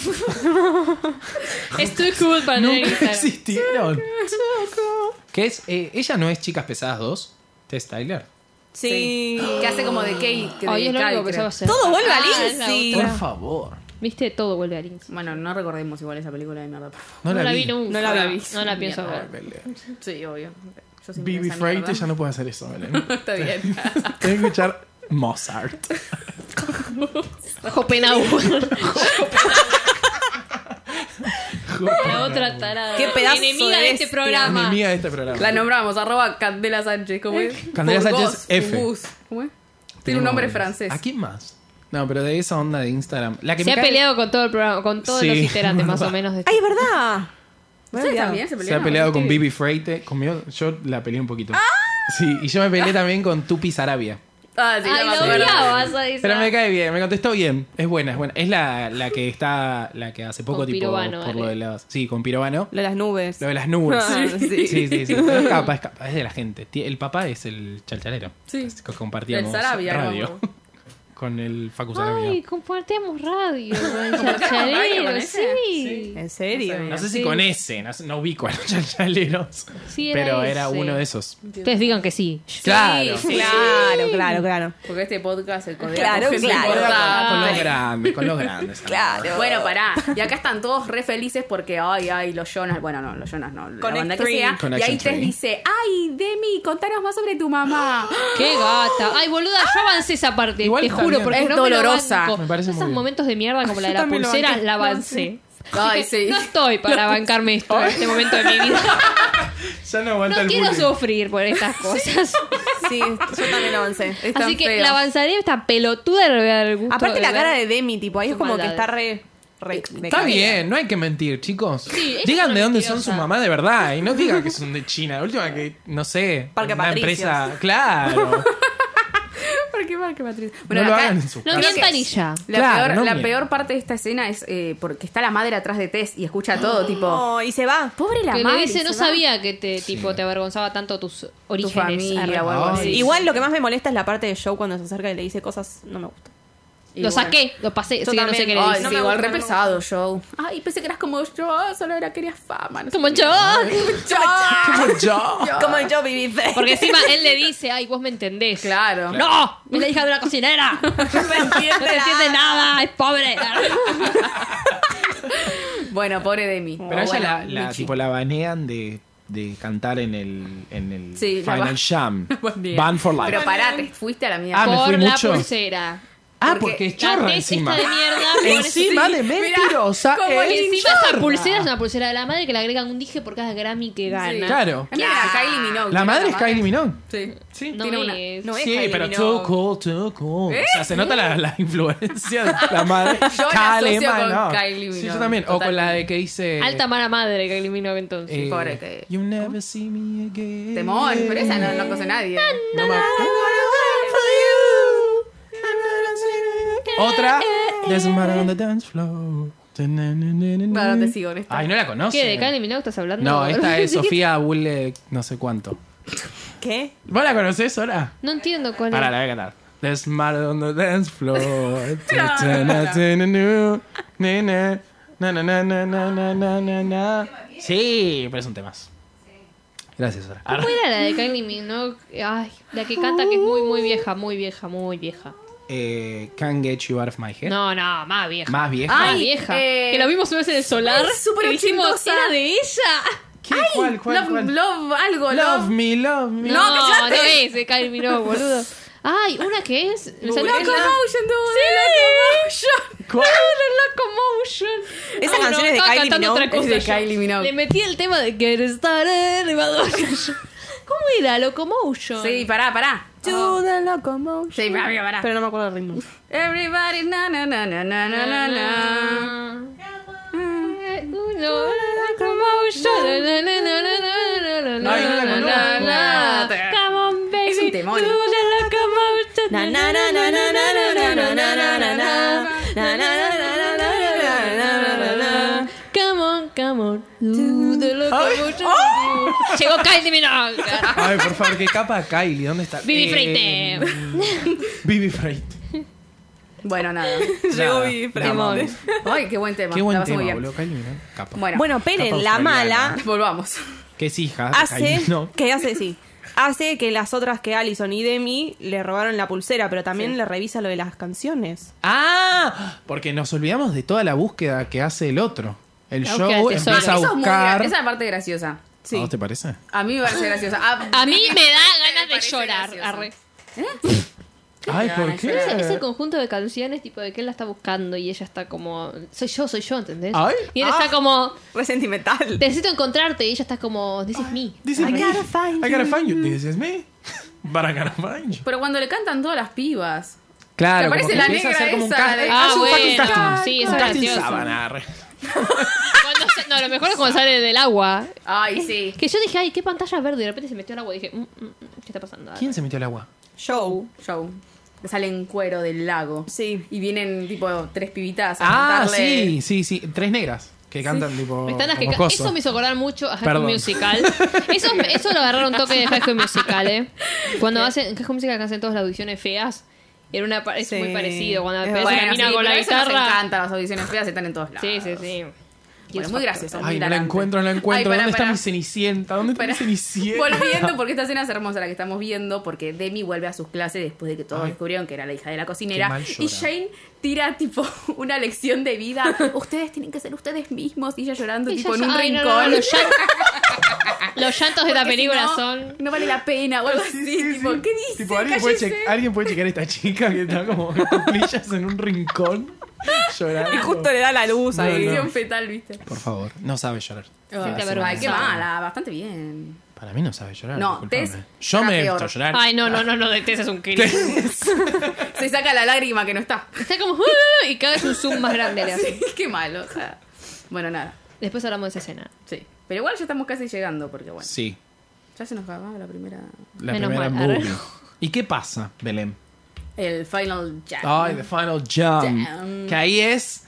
Estoy cool para tener
Nunca <laughs>
Instagram.
existieron. Que es. eh, ella no es Chicas Pesadas 2. Tess Tyler.
Sí.
Que hace como de Kate. Que
Ay,
de
es lo
Cal,
único que
creo.
yo sé.
Todo vuelve a
Ah,
Lindsay.
es la
Por
otra.
favor.
Viste, todo vuelve a Lindsay.
Bueno, no recordemos igual esa película de mierda. por
No,
favor.
la, vi.
nunca.
No la vi.
No la pienso ver.
Sí, obvio. Yo siempre
Ah, Bibi
esa mierda.
Freight ya no puede hacer eso, Belén.
Está
<laughs>
bien.
Tengo que escuchar Mozart.
<laughs>
Schopenhauer. <laughs> La
Joder,
otra tarada.
Qué pedazo de
Enemiga de, este
bestia.
programa.
Enemiga de este programa.
La nombramos, arroba Candela Sánchez, ¿cómo es?
<laughs> Candela
Burgos,
Sánchez F.
Burgos, ¿Cómo es? Tiene
Tenemos
un nombre
varios.
francés.
¿A quién más? No, pero de esa onda de Instagram. La que
Se
me
ha
cae-
peleado con todo el programa, con todos
Sí.
los iterantes más o menos. De
<laughs>
Ay, es verdad. Me había
¿Ustedes
olvidado.
también se
Se ha
pelearon?
peleado con Bibi Freite. Conmigo, yo la peleé un poquito. Sí, y yo me peleé también con Tupi Sarabia.
Ah, sí,
Ay,
no,
lo
me acuerdo.
odiabas a esa.
Pero me cae bien, me contestó bien. Es buena, es buena. Es la, la que está, la que hace poco
Con
tipo
Pirovano,
por lo de
dale.
las. Sí, con Pirovano.
Lo de las nubes.
Lo de las nubes.
Ah,
sí,
sí.
sí, sí. Pero es capa, es capa, es de la gente. Ti- El papá es el chalchalero.
Sí.
Es que Compartíamos
El Sarabia,
radio
vamos.
<laughs> con el Facu Sarabia.
Ay, compartíamos radio con el
¿Compartíamos radio con
chacharero,
ese?
sí.
¿En serio?
No sé si con ese, no, sé- no ubico a los chalchaleros.
Sí, era
pero era
ese.
uno de esos.
Ustedes digan que sí.
claro.
Claro, claro, claro.
Porque este podcast el codea
Claro,
con gente
claro.
importante.
Con los grandes, con los grandes.
Claro.
Bueno, pará. Y acá están todos re felices porque, ay, ay, los Jonas. Bueno, no, los Jonas no. la
Connect
banda que
Three.
sea. y
Connection
ahí Tess
Three.
dice, ay, Demi, contanos más sobre tu <gasps> mamá.
Qué gata. Ay, boluda, yo avancé esa parte.
Igual
te
está
juro,
bien.
porque
Es
no me lo
dolorosa.
banco.
Me parece
Todos
muy
Esos
bien.
momentos de mierda como la
Yo
de la
también lo
pulsera,
banqué.
la avancé.
Ay,
Dije,
sí.
No estoy para bancarme esto en este momento de mi vida.
Ya no aguanta
No
el
quiero
bullying.
sufrir por estas cosas.
Sí, yo también lo avancé.
Es tan
Así que
feo.
la avanzaré esta pelotuda le voy a dar el gusto.
Aparte la
ver.
cara de Demi, tipo, ahí es
Su
como que
maldad.
está re... re- de
Está
cara.
bien, no hay que mentir, chicos.
ella es
digan
una
de dónde son
mentirosa.
sus mamás de verdad y no digan que son de China. La última que, no sé,
Parque
una
Patricios.
empresa. Claro.
¿Por qué mal que Patricia?
No lo hagan en su
No
Creo
mientan y ya.
La,
Claro,
peor,
no
la
mientan.
peor parte de esta escena es eh, porque está la madre atrás de Tess y escucha <gasps> todo, tipo...
No, Oh, y se va.
Pobre la
que le
madre.
dice,
se
no
va".
sabía que te tipo te avergonzaba tanto tus orígenes.
familia,
Arre.
o
algo así. Sí.
Igual lo que más me molesta es la parte de Joe cuando se acerca y le dice cosas... No me gusta.
Y
Lo
bueno.
saqué, lo pasé, así que no sé
también.
qué le
Ay,
dice.
sí,
No me
igual
gusta,
re
no me
pesado, Joe. Ay, pensé que eras como yo, solo era querías fama. No sé.
Como yo.
Joe.
<laughs> Como yo.
Como yo viví fe.
Porque encima él le dice, ay, vos me entendés.
Claro.
¡No! Es la hija de una cocinera. <laughs> No
no me
te entiende nada, Ah, es pobre.
Bueno, pobre de mí.
Pero a ella la, la- tipo, la banean de, de cantar en el, en el
Sí, la
Final
ba-
Jam.
banean.
Ban for Life.
Pero pará, te fuiste a la mierda.
Ah, me
Por
fui
la
mucho.
pulsera.
Ah,
Porque
porque es
La
chorra
tez
encima.
esta de mierda, por eso-
Encima de
Mirá,
mentirosa.
como
es
Y encima esa
chorra.
pulsera es una pulsera de la madre que le agregan un dije por cada Grammy que gana.
Claro.
Mira, Kylie Minogue.
La
¿no?
madre es Kylie Minogue.
Sí.
Sí.
No
Tiene una-
es.
no es
sí,
Kylie
pero
Minogue.
too cool, too cool. O sea, se nota la, la influencia de la madre.
¿Eh? <laughs> Yo la
Kylie
asocio con
Minogue.
Kylie
Sí, yo
Minogue,
también. O con la de
totalmente.
que dice...
Alta mala madre que eliminó entonces.
eh,
pobre que-
You never see me again.
Temón, pero esa no, no conoce nadie.
No me- Otra. There's a man on the dance floor.
Bueno, te sigo en esta.
Ay, no la conoce.
¿Qué? ¿De Kylie Minogue estás hablando?
No, esta
<laughs>
es Sofía Bulle, no sé cuánto.
¿Qué?
¿Vos la conocés ahora?
No entiendo cuál
Para,
es.
la voy a cantar. There's smart on the dance floor. Ta-ta-na-ta-na-nu. Na-na. Na-na-na-na-na-na-na-na. Sí, pero es un tema. Gracias, Sora. Ar-
¿Cómo era la de Kylie Minogue? Ay, la que canta que es muy, muy vieja, muy vieja, muy vieja.
Eh, can't get you out of my head.
No, no, más vieja.
Más vieja.
Más
Ay,
vieja.
eh,
que lo vimos una vez en el solar.
es súper
y dijimos,
exitosa.
era de ella.
¿Qué? ¿Cuál, cuál,
love,
cuál?
love, algo, love.
Love me, love me.
No,
no,
cállate.
no es de Kylie Minogue, boludo. Ay, una que es. Me salió
Locomotion,
una-
sí. Locomotion.
¿Cuál?
Locomotion.
Esa
Ay,
canción es de
estaba
Kylie
cantando
Minogue.
otra
Es
cosa
de
yo.
Kylie Minogue.
Le metí el tema de Get Started. elevador. <laughs> ¿Cómo era? Locomotion.
Sí, pará, pará.
To the locomotion.
Sí, pará, pará, pará.
Pero no me acuerdo el ritmo.
Everybody, na, na, na, na, na, na, na, na.
Uno, Locomotion. Na, na, na, na, na, na, na,
Ay, no la
na,
conozco.
na, na. Come on, baby.
Es un temón.
To the locomotion.
Na, na, na, na, na, na, na, na, na, na, na, na, na. Na, na, na, na, na, na, na, na, na, na, na, na.
Come on, come on. To the locomotion.
¡Oh!
Llegó
<laughs>
Kylie Minogue.
Ay, por favor, qué capa Kylie. ¿Dónde está?
Vivi
Eh,
Freite.
<laughs> Vivi Freite.
Bueno, nada.
Nada,
Vivi
la
Freite.
amamos.
Ay, qué buen tema.
Qué
la
buen
pasé
tema,
muy bien.
boludo. Kylie, ¿no? Capa.
Bueno,
Bueno,
Capa
Peren, la
australiana.
mala,
volvamos.
Que es hija de
hace
Kylie, <laughs> ¿no?
que hace sí hace que las otras que Allison y Demi le robaron la pulsera pero también le revisa lo de las canciones
Ah, porque nos olvidamos de toda la búsqueda que hace el otro. El
La búsqueda
show
del tesoro.
empieza a
Eso es muy gra-
buscar.
Esa es la parte graciosa.
¿A vos te parece?
A mí me parece graciosa. Ah, <laughs> A,
A mí me da ganas de
parece
llorar.
gracioso.
arre.
Ay, ¿por qué?
Ese, ese conjunto de canciones, tipo de que él la está buscando y ella está como, soy yo, soy yo, ¿entendés?
Ay.
y él
Ah.
está como,
resentimental
necesito encontrarte y ella está como, this is me.
This is
I
me.
gotta find
I gotta find you. This is me. But I gotta find you.
Pero cuando le cantan todas las pibas.
Claro,
Te
como
parece
que
la
empieza a
negra
hacer como un
esa
casting.
de-
Ah,
Hace Eh, un fucking
bueno.
casting.
Sí, eso
un
es
casting
gracioso.
sábana, re.
Cuando sa- no, lo mejor es cuando sale del agua.
Ay, sí.
Que yo dije, ay, qué pantalla verde. Y de repente se metió al agua y dije, "Mm, mm, mm, ¿qué está pasando?
¿Quién se metió al agua?
show
Show. Que sale en cuero del lago.
Sí.
Y vienen, tipo, tres pibitas a
Ah,
cantarle.
sí, sí, sí. Tres negras que cantan tipo.
Me están las que
como
ca-
coso.
Eso me hizo acordar mucho a High School
Perdón.
Musical. Eso, eso lo agarraron toque de High School Musical, ¿eh? Cuando hacen en High School Musical que hacen todas las audiciones feas, era una, pa- es
Sí.
muy parecido. Cuando
Es
aparece
Bueno,
la
sí,
mina con
pero
la
eso nos
guitarra.
encanta, las audiciones feas están en todos lados.
Sí, sí, sí.
Bueno, muy gracioso. muy
Ay, no la
hilarante.
encuentro, no la encuentro.
Ay, pará,
¿Dónde está
pará.
mi cenicienta? ¿Dónde está mi
Pará.
cenicienta? <laughs>
Volviendo, porque esta escena es hermosa la que estamos viendo, porque Demi vuelve a sus clases después de que todos
Ay.
descubrieron que era la hija de la
Qué
cocinera.
mal llora.
Y Shane tira tipo <laughs> una lección de vida. Ustedes tienen que ser ustedes mismos. Y ella llorando
Y
tipo
yo-
en un
ay, no,
rincón.
no, no, los, llantos, los llantos de la
<laughs> Porque si
película
no,
son.
No vale la pena o algo así. tipo, ¿qué dice?
Tipo, ¿alguien puede,
Cállese.
che- alguien puede checar a esta chica que está como en cuclillas en un
<laughs>
rincón llorando.
y justo le da la luz
No,
ahí
no.
Visión fetal, ¿viste?
Por favor, no sabe llorar.
Siente
Ay,
vergüenza.
qué mala, bastante bien.
Para mí no sabe llorar.
No,
disculpame.
Tess
Yo me he
está
visto
peor.
llorar.
Ay, no, no, no, no, de Tess es un crimen.
Se saca la lágrima que no está.
Está como. "Ah", Y cada vez un zoom más grande le hace.
<laughs> qué malo, o sea. Bueno, nada,
Después hablamos de esa escena.
sí. Pero igual ya estamos casi llegando, porque bueno,
Sí,
ya se nos acababa la primera.
la
Menos
primera
mal,
movie.
arre.
¿Y qué pasa, Belén?
El final jack.
Ay, The Final Jump.
Jump.
Que ahí es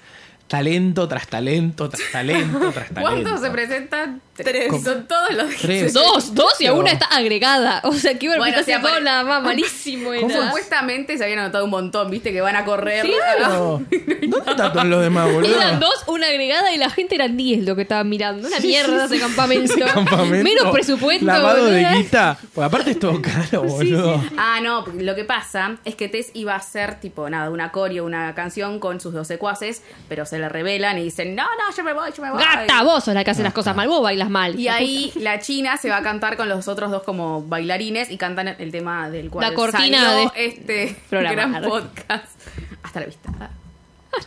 talento tras talento, tras talento,
<laughs>
tras talento.
¿Cuántos se presentan? Tres.
Tres.
Y Son todos los que
Tres.
Dos, dos y a
Pero-
una está agregada. O sea, qué
Bueno,
vergüenza
sí,
se
apare-
la mamá. Malísimo
se-
era.
Supuestamente se habían anotado un montón, viste, que van a correr.
<laughs>
Claro. Oh, ¿Dónde están todos los demás, boludo?
Eran dos, una agregada y la gente eran diez lo que estaban mirando. Una mierda ese campamento.
Ese campamento.
Menos presupuesto.
Lavado de
boluda.
guita. Porque aparte es todo caro, boludo.
Ah, no, porque lo que pasa es que Tess iba a hacer, tipo, nada, una coreo, una canción con sus dos secuaces, pero se le revelan y dicen, no, no, yo me voy, yo me voy.
Gata, vos sos la que hace las cosas mal. Vos bailas mal. <laughs>
Y ahí la china se va a cantar con los otros dos como bailarines y cantan el tema del cual
La cortina
salió
de
este
<laughs> programa.
gran podcast. Hasta la vista. Ah.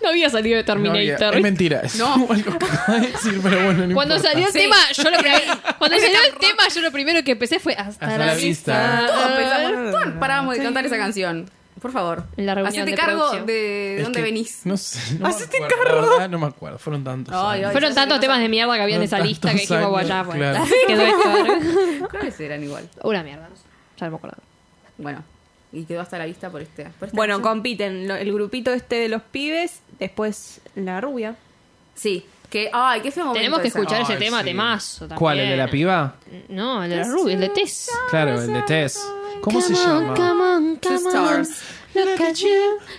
No había salido de
No había-
Terminator.
es mentira.
<laughs>
Es
No.
algo que acaba de decir, pero bueno, no
cuando
importa.
salió el
Sí.
tema, yo lo <laughs> primero- cuando salió el tema, yo lo primero que empecé fue hasta,
Hasta
la,
la
vista.
vista.
Todos pensamos, todos paramos de cantar esa canción. Por favor.
En la reunión
Hacete
de
cargo
producción.
de
Es
dónde
que <laughs>
venís.
No sé. No
Hacete
me acuerdo,
cargo.
la verdad, No me acuerdo. Fueron tantos.
Ay,
años.
ay.
Fueron tantos temas de mierda que había en
Fueron
esa lista que
tantos
dijimos, bueno,
años,
ya, bueno,
claro.
quedó esto, <laughs> ¿verdad?
Creo que eran igual.
Una mierda. Ya no me acuerdo.
Bueno, y quedó hasta la vista por este. por esta
Bueno,
canción.
compiten lo- el grupito este de los pibes, después la rubia.
Sí. Que, ay, qué feo momento
Tenemos que
esa.
escuchar ese
Ay,
tema,
sí.
temazo también.
¿Cuál? ¿El de la piba?
No, el de la rubia, el de Tess.
Claro, el de Tess. ¿Cómo se
Come on,
llama?
come on,
Two
come on.
stars.
Look at you,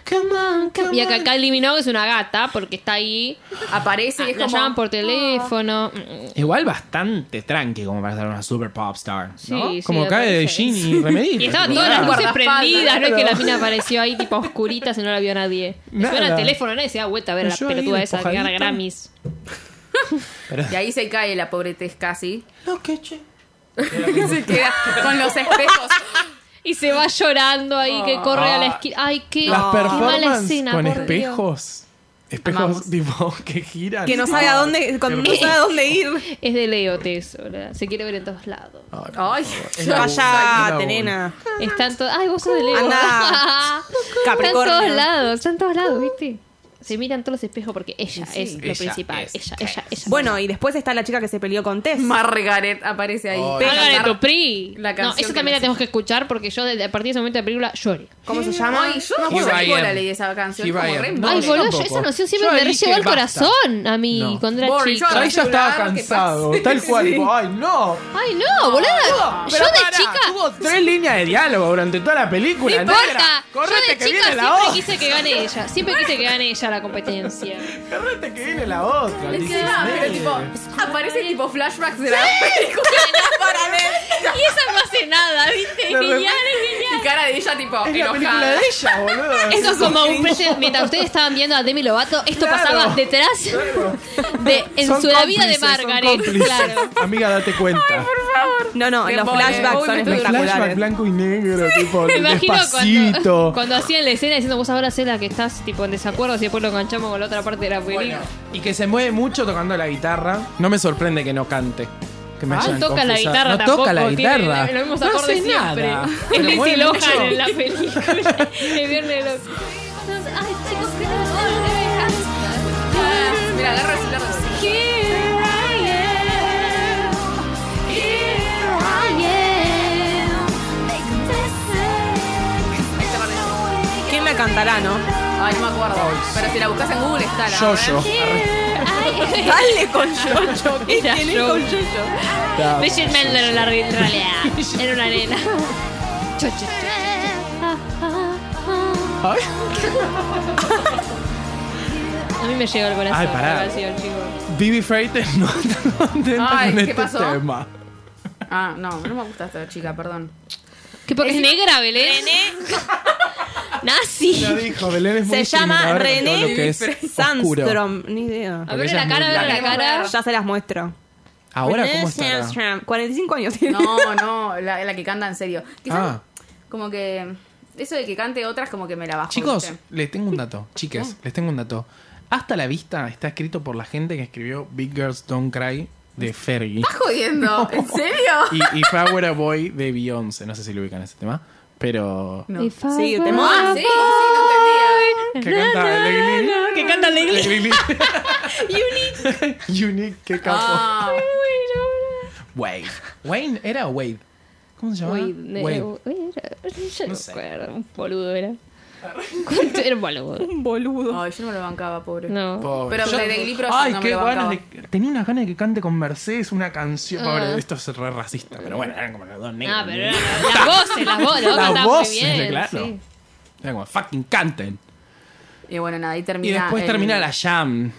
come on, come on. Y acá Kylie Minogue es una gata porque está ahí.
Aparece y es
Ah, la
como.
llaman por teléfono.
Igual bastante tranqui como para ser una super pop star. ¿no?
Sí, sí,
como cae de
aparece.
Ginny Remedible.
<laughs> Y estaban todas las luces prendidas, no es que la mina apareció ahí tipo oscurita si no la vio nadie. Me
Nada.
Suena el teléfono, nadie se da vuelta a ver a la
Yo ahí
pelotuda esa que gana
despojadito.
Grammys.
Y ahí se cae la pobre Tess casi.
Lo que che.
<laughs> se queda con los espejos.
Y se va llorando ahí, que corre a la esquina. Ay, qué,
Las
qué mala
performances
escena,
con
por Dios.
espejos. Espejos
Amamos.
tipo que
Ah,
giran.
Que no sabe a dónde, con- no sabe a dónde ir.
Es de Leo Teso, ¿verdad? se quiere ver en todos lados.
Ay,
Callate, nena.
Están todos. Ay, vos sos de Leo. <laughs>
Anda. Capricornio.
Están todos lados, están todos lados, ¿viste? Se miran todos los espejos porque ella
Sí.
es lo
Ella
principal.
es
ella, ella, ella.
Bueno, y después está la chica que se peleó con Tess.
Margaret aparece ahí.
Ay.
Pero
Margaret
Mar-
Dupri.
la
No,
canción
esa
que
también
no
la
sé.
tenemos que escuchar porque yo desde- a partir de ese momento de la película lloré.
¿Cómo se llama?
Ay, yo no
He
puedo
Ryan.
la leí esa canción.
He
como
Ryan.
re
No,
Ay,
mole.
yo
boludo, yo
tampoco.
esa noción siempre
Yo
me re
dije
llegó al
basta.
corazón a mí
No.
cuando era
Boring,
chica.
yo-
Ahí ya estaba
Celular, ¿qué
cansado,
<laughs>
tal cual. tipo, Ay, no.
Ay, no, boludo. Yo
Pero
de
pará,
chica.
Tuvo tres líneas de diálogo durante toda la película.
No importa.
negra. Correte
Yo de
que
chica
viene
siempre
la otra.
quise que gane ella. Siempre quise que gane ella
<laughs>
la competencia.
Correte que viene la otra.
Es que
dices,
no, pero
"Nene".
tipo, aparece tipo flashbacks de la película
<laughs>
para ver.
Y esa no hace nada, ¿viste?
De repente-
Genial, es genial.
<laughs> Y cara de ella tipo
Es la película
enojada.
de ella, boludo.
Eso <laughs> es como un present. Mientras ustedes estaban viendo a Demi Lovato, esto
Claro.
pasaba detrás <laughs> de en
Son
su la vida de
cómplices, son
Margaret.
cómplices.
Claro.
Amiga, date cuenta.
No, no,
Qué
los
mole.
flashbacks
Uy,
son
me-
El flashback
espectaculares.
blanco y negro, tipo,
Me imagino cuando,
despacito.
cuando hacían la escena diciendo vos ahora sé la que estás tipo en desacuerdo y después lo enganchamos con la otra parte de la película.
Y que se mueve mucho tocando la guitarra. No me sorprende que no cante. Que me
Ah,
hayan
no toca la
confesado.
guitarra
No
tampoco.
toca la
tiene
guitarra.
Los mismos
No
acordes
hace
siempre. <laughs>
nada.
Es
Pero
Lindsay
mueve
Lohan
mucho.
en la película. El viernes de los... Ay, chicos, que no
Ah, Mira, agarra el celular.
¿Quién la cantará, no?
Ay, no me acuerdo. Pero si la buscas en Google está la.
Yo-yo.
Dale con Yoyo. ¿Qué
Era
tenés
yo.
con Yoyo?
Bridget Mendler en la re- <laughs> realidad. Era una nena. Cho, cho, cho.
Ay.
A mí me llegó el corazón.
Ay, pará.
la canción, chicos.
<laughs>
Vivi Freites no está contenta
Ay,
con
¿qué
este
pasó?
tema.
Ah, no, no me gusta esta
<laughs>
chica, perdón.
¿Qué porque es negra, Belén?
<laughs>
Nazi.
Lo dijo, Belén es muy
Se llama
discriminadora con todo lo que
René
es oscuro.
Sandstrom. Ni idea.
A ver
ella
la
es
cara,
muy
a ver la
blanca.
cara.
Ya se las muestro.
Ahora,
René
¿cómo estará?
Sandstrom, 45 años tiene.
No, no, la, la que canta en serio. Quizás
Ah.
como que eso de que cante otras como que me la bajo.
Chicos,
¿viste?
les tengo un dato. Chicas, les tengo un dato. Hasta la vista está escrito por la gente que escribió Big Girls Don't Cry de Fergie.
¿Estás jodiendo? ¿En serio?
<laughs> Y, y Power a Boy de Beyoncé. No sé si lo ubican ese tema. Pero.
No.
If I
Sí,
were
temón.
Ah, sí, sí, no
Que canta Legli.
Que canta Legli.
<laughs>
Unique. Unique, qué
entendía.
capo.
<laughs>
Ah,
Wade. Wayne era Wade. ¿Cómo se llama?
Uy, ne-
Wade.
uy, era- yo Ah, no
sé.
recuerdo. Un boludo era. <laughs> ¿Cuánto era un boludo?
Un boludo.
Ay, yo no me lo bancaba, pobre.
No.
Pobre.
Pero
Yo-
de Daily Project
Ay,
no me
qué
lo
ganas
bancaba.
de- Tenía unas ganas de que cante con Mercedes una canción.
Ah.
Pobre, esto es re racista, pero bueno, eran como los dos negros.
Ah, pero era- las voces, las voces, las
Las
voces
voces,
muy bien.
claro.
sí.
Era como fucking canten.
Y bueno, nada, ahí
Y
termina.
después
el-
termina la jam.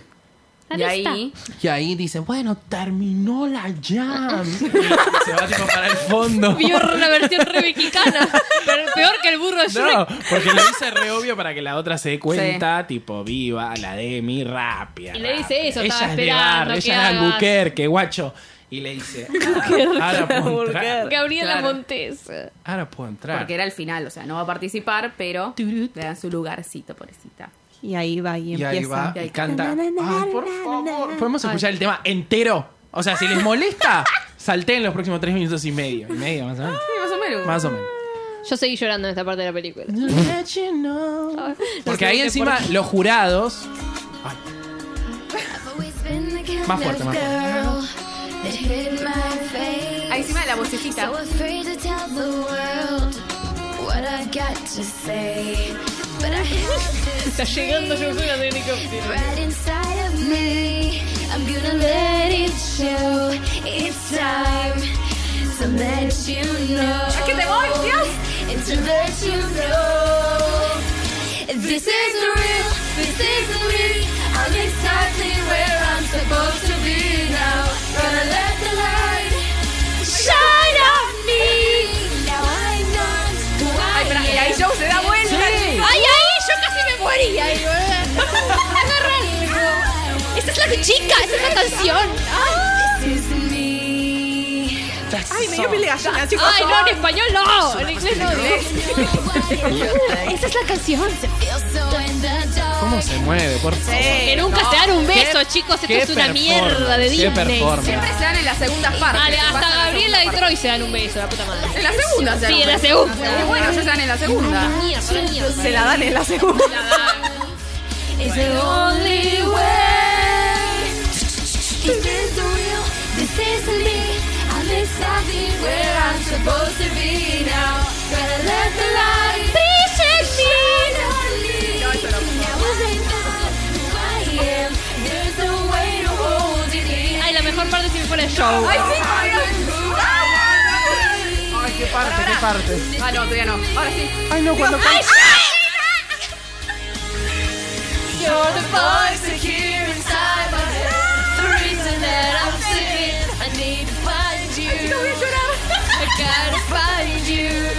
Y ahí.
Y ahí dicen, bueno, terminó la jam. Y <laughs> se va tipo para el <laughs> fondo.
Vio una versión re mexicana. Pero peor que el burro de Shrek.
No, porque lo dice re obvio para que la otra se dé cuenta, tipo, viva, la Demi, rápida.
Y le
rápida.
dice eso,
ella
estaba
es de
esperando
barrio,
que
ella es de
hagas.
Albuquerque, guacho. y le dice, ahora puedo entrar.
Gabriela
Claro.
Montes.
Ahora puedo entrar.
Porque era el final, o sea, no va a participar, pero le dan su lugarcito, pobrecita.
Y ahí va, y,
Y
empieza.
ahí va y canta.
Na, na, na,
Ay, por
na,
favor. ¿Podemos escuchar el tema entero? O sea, si les molesta, salteen los próximos tres minutos y medio. Y medio, más o menos.
Sí, más o menos.
Más o menos.
Yo seguí llorando en esta parte de la película. <laughs>
Porque ahí encima los jurados. Ay, Más fuerte, más fuerte.
Ahí encima de la vocecita.
So afraid to tell the world what I got to say. But I have
Está
this
llegando, yo soy de helicóptero.
right inside of me. I'm gonna let it show. It's time to let you know.
¡Que te voy, Dios!
And to let you know. This is the real, this is the me. I'm exactly where I'm supposed to be now. Gonna let the light shine on me. Now I'm not who I
Ay, espera, y ahí Joe se da vuelta.
Ay, ay, yo casi me moría. eh. Agarra. Esta es la chica, esta es la canción. This is me.
Ay, me dio piel de gallina, chicos.
Ay, no, en español no. En inglés no.
<laughs> Esa es la canción.
¿Cómo se mueve? Por favor.
Que nunca se dan un beso, chicos. Esto
Eh, qué
es una
performance,
mierda de
qué
Disney.
performance.
Siempre se dan en las segundas partes.
Vale,
Pasan en
hasta
la
Gabriela y
segunda
Troy se dan un beso, la puta madre.
parte. En la segunda se dan.
Sí, en la
Y
segunda.
bueno, ya se dan en la segunda.
Mierda, mierda.
Se la dan en la segunda.
It's the only way. This is the real, this is me. I'm exactly where I'm supposed to be now. Gotta let the light. This is me. Now I'm not who I am. There's no way to hold it in.
Ay, la mejor parte si me fuera el show.
Ay, qué parte, qué parte.
Ah, no, todavía no. Ahora sí.
Ay, no, cuando canta.
You're the voice I hear inside my head. The reason that I'm sitting, I need to find you. I gotta find you.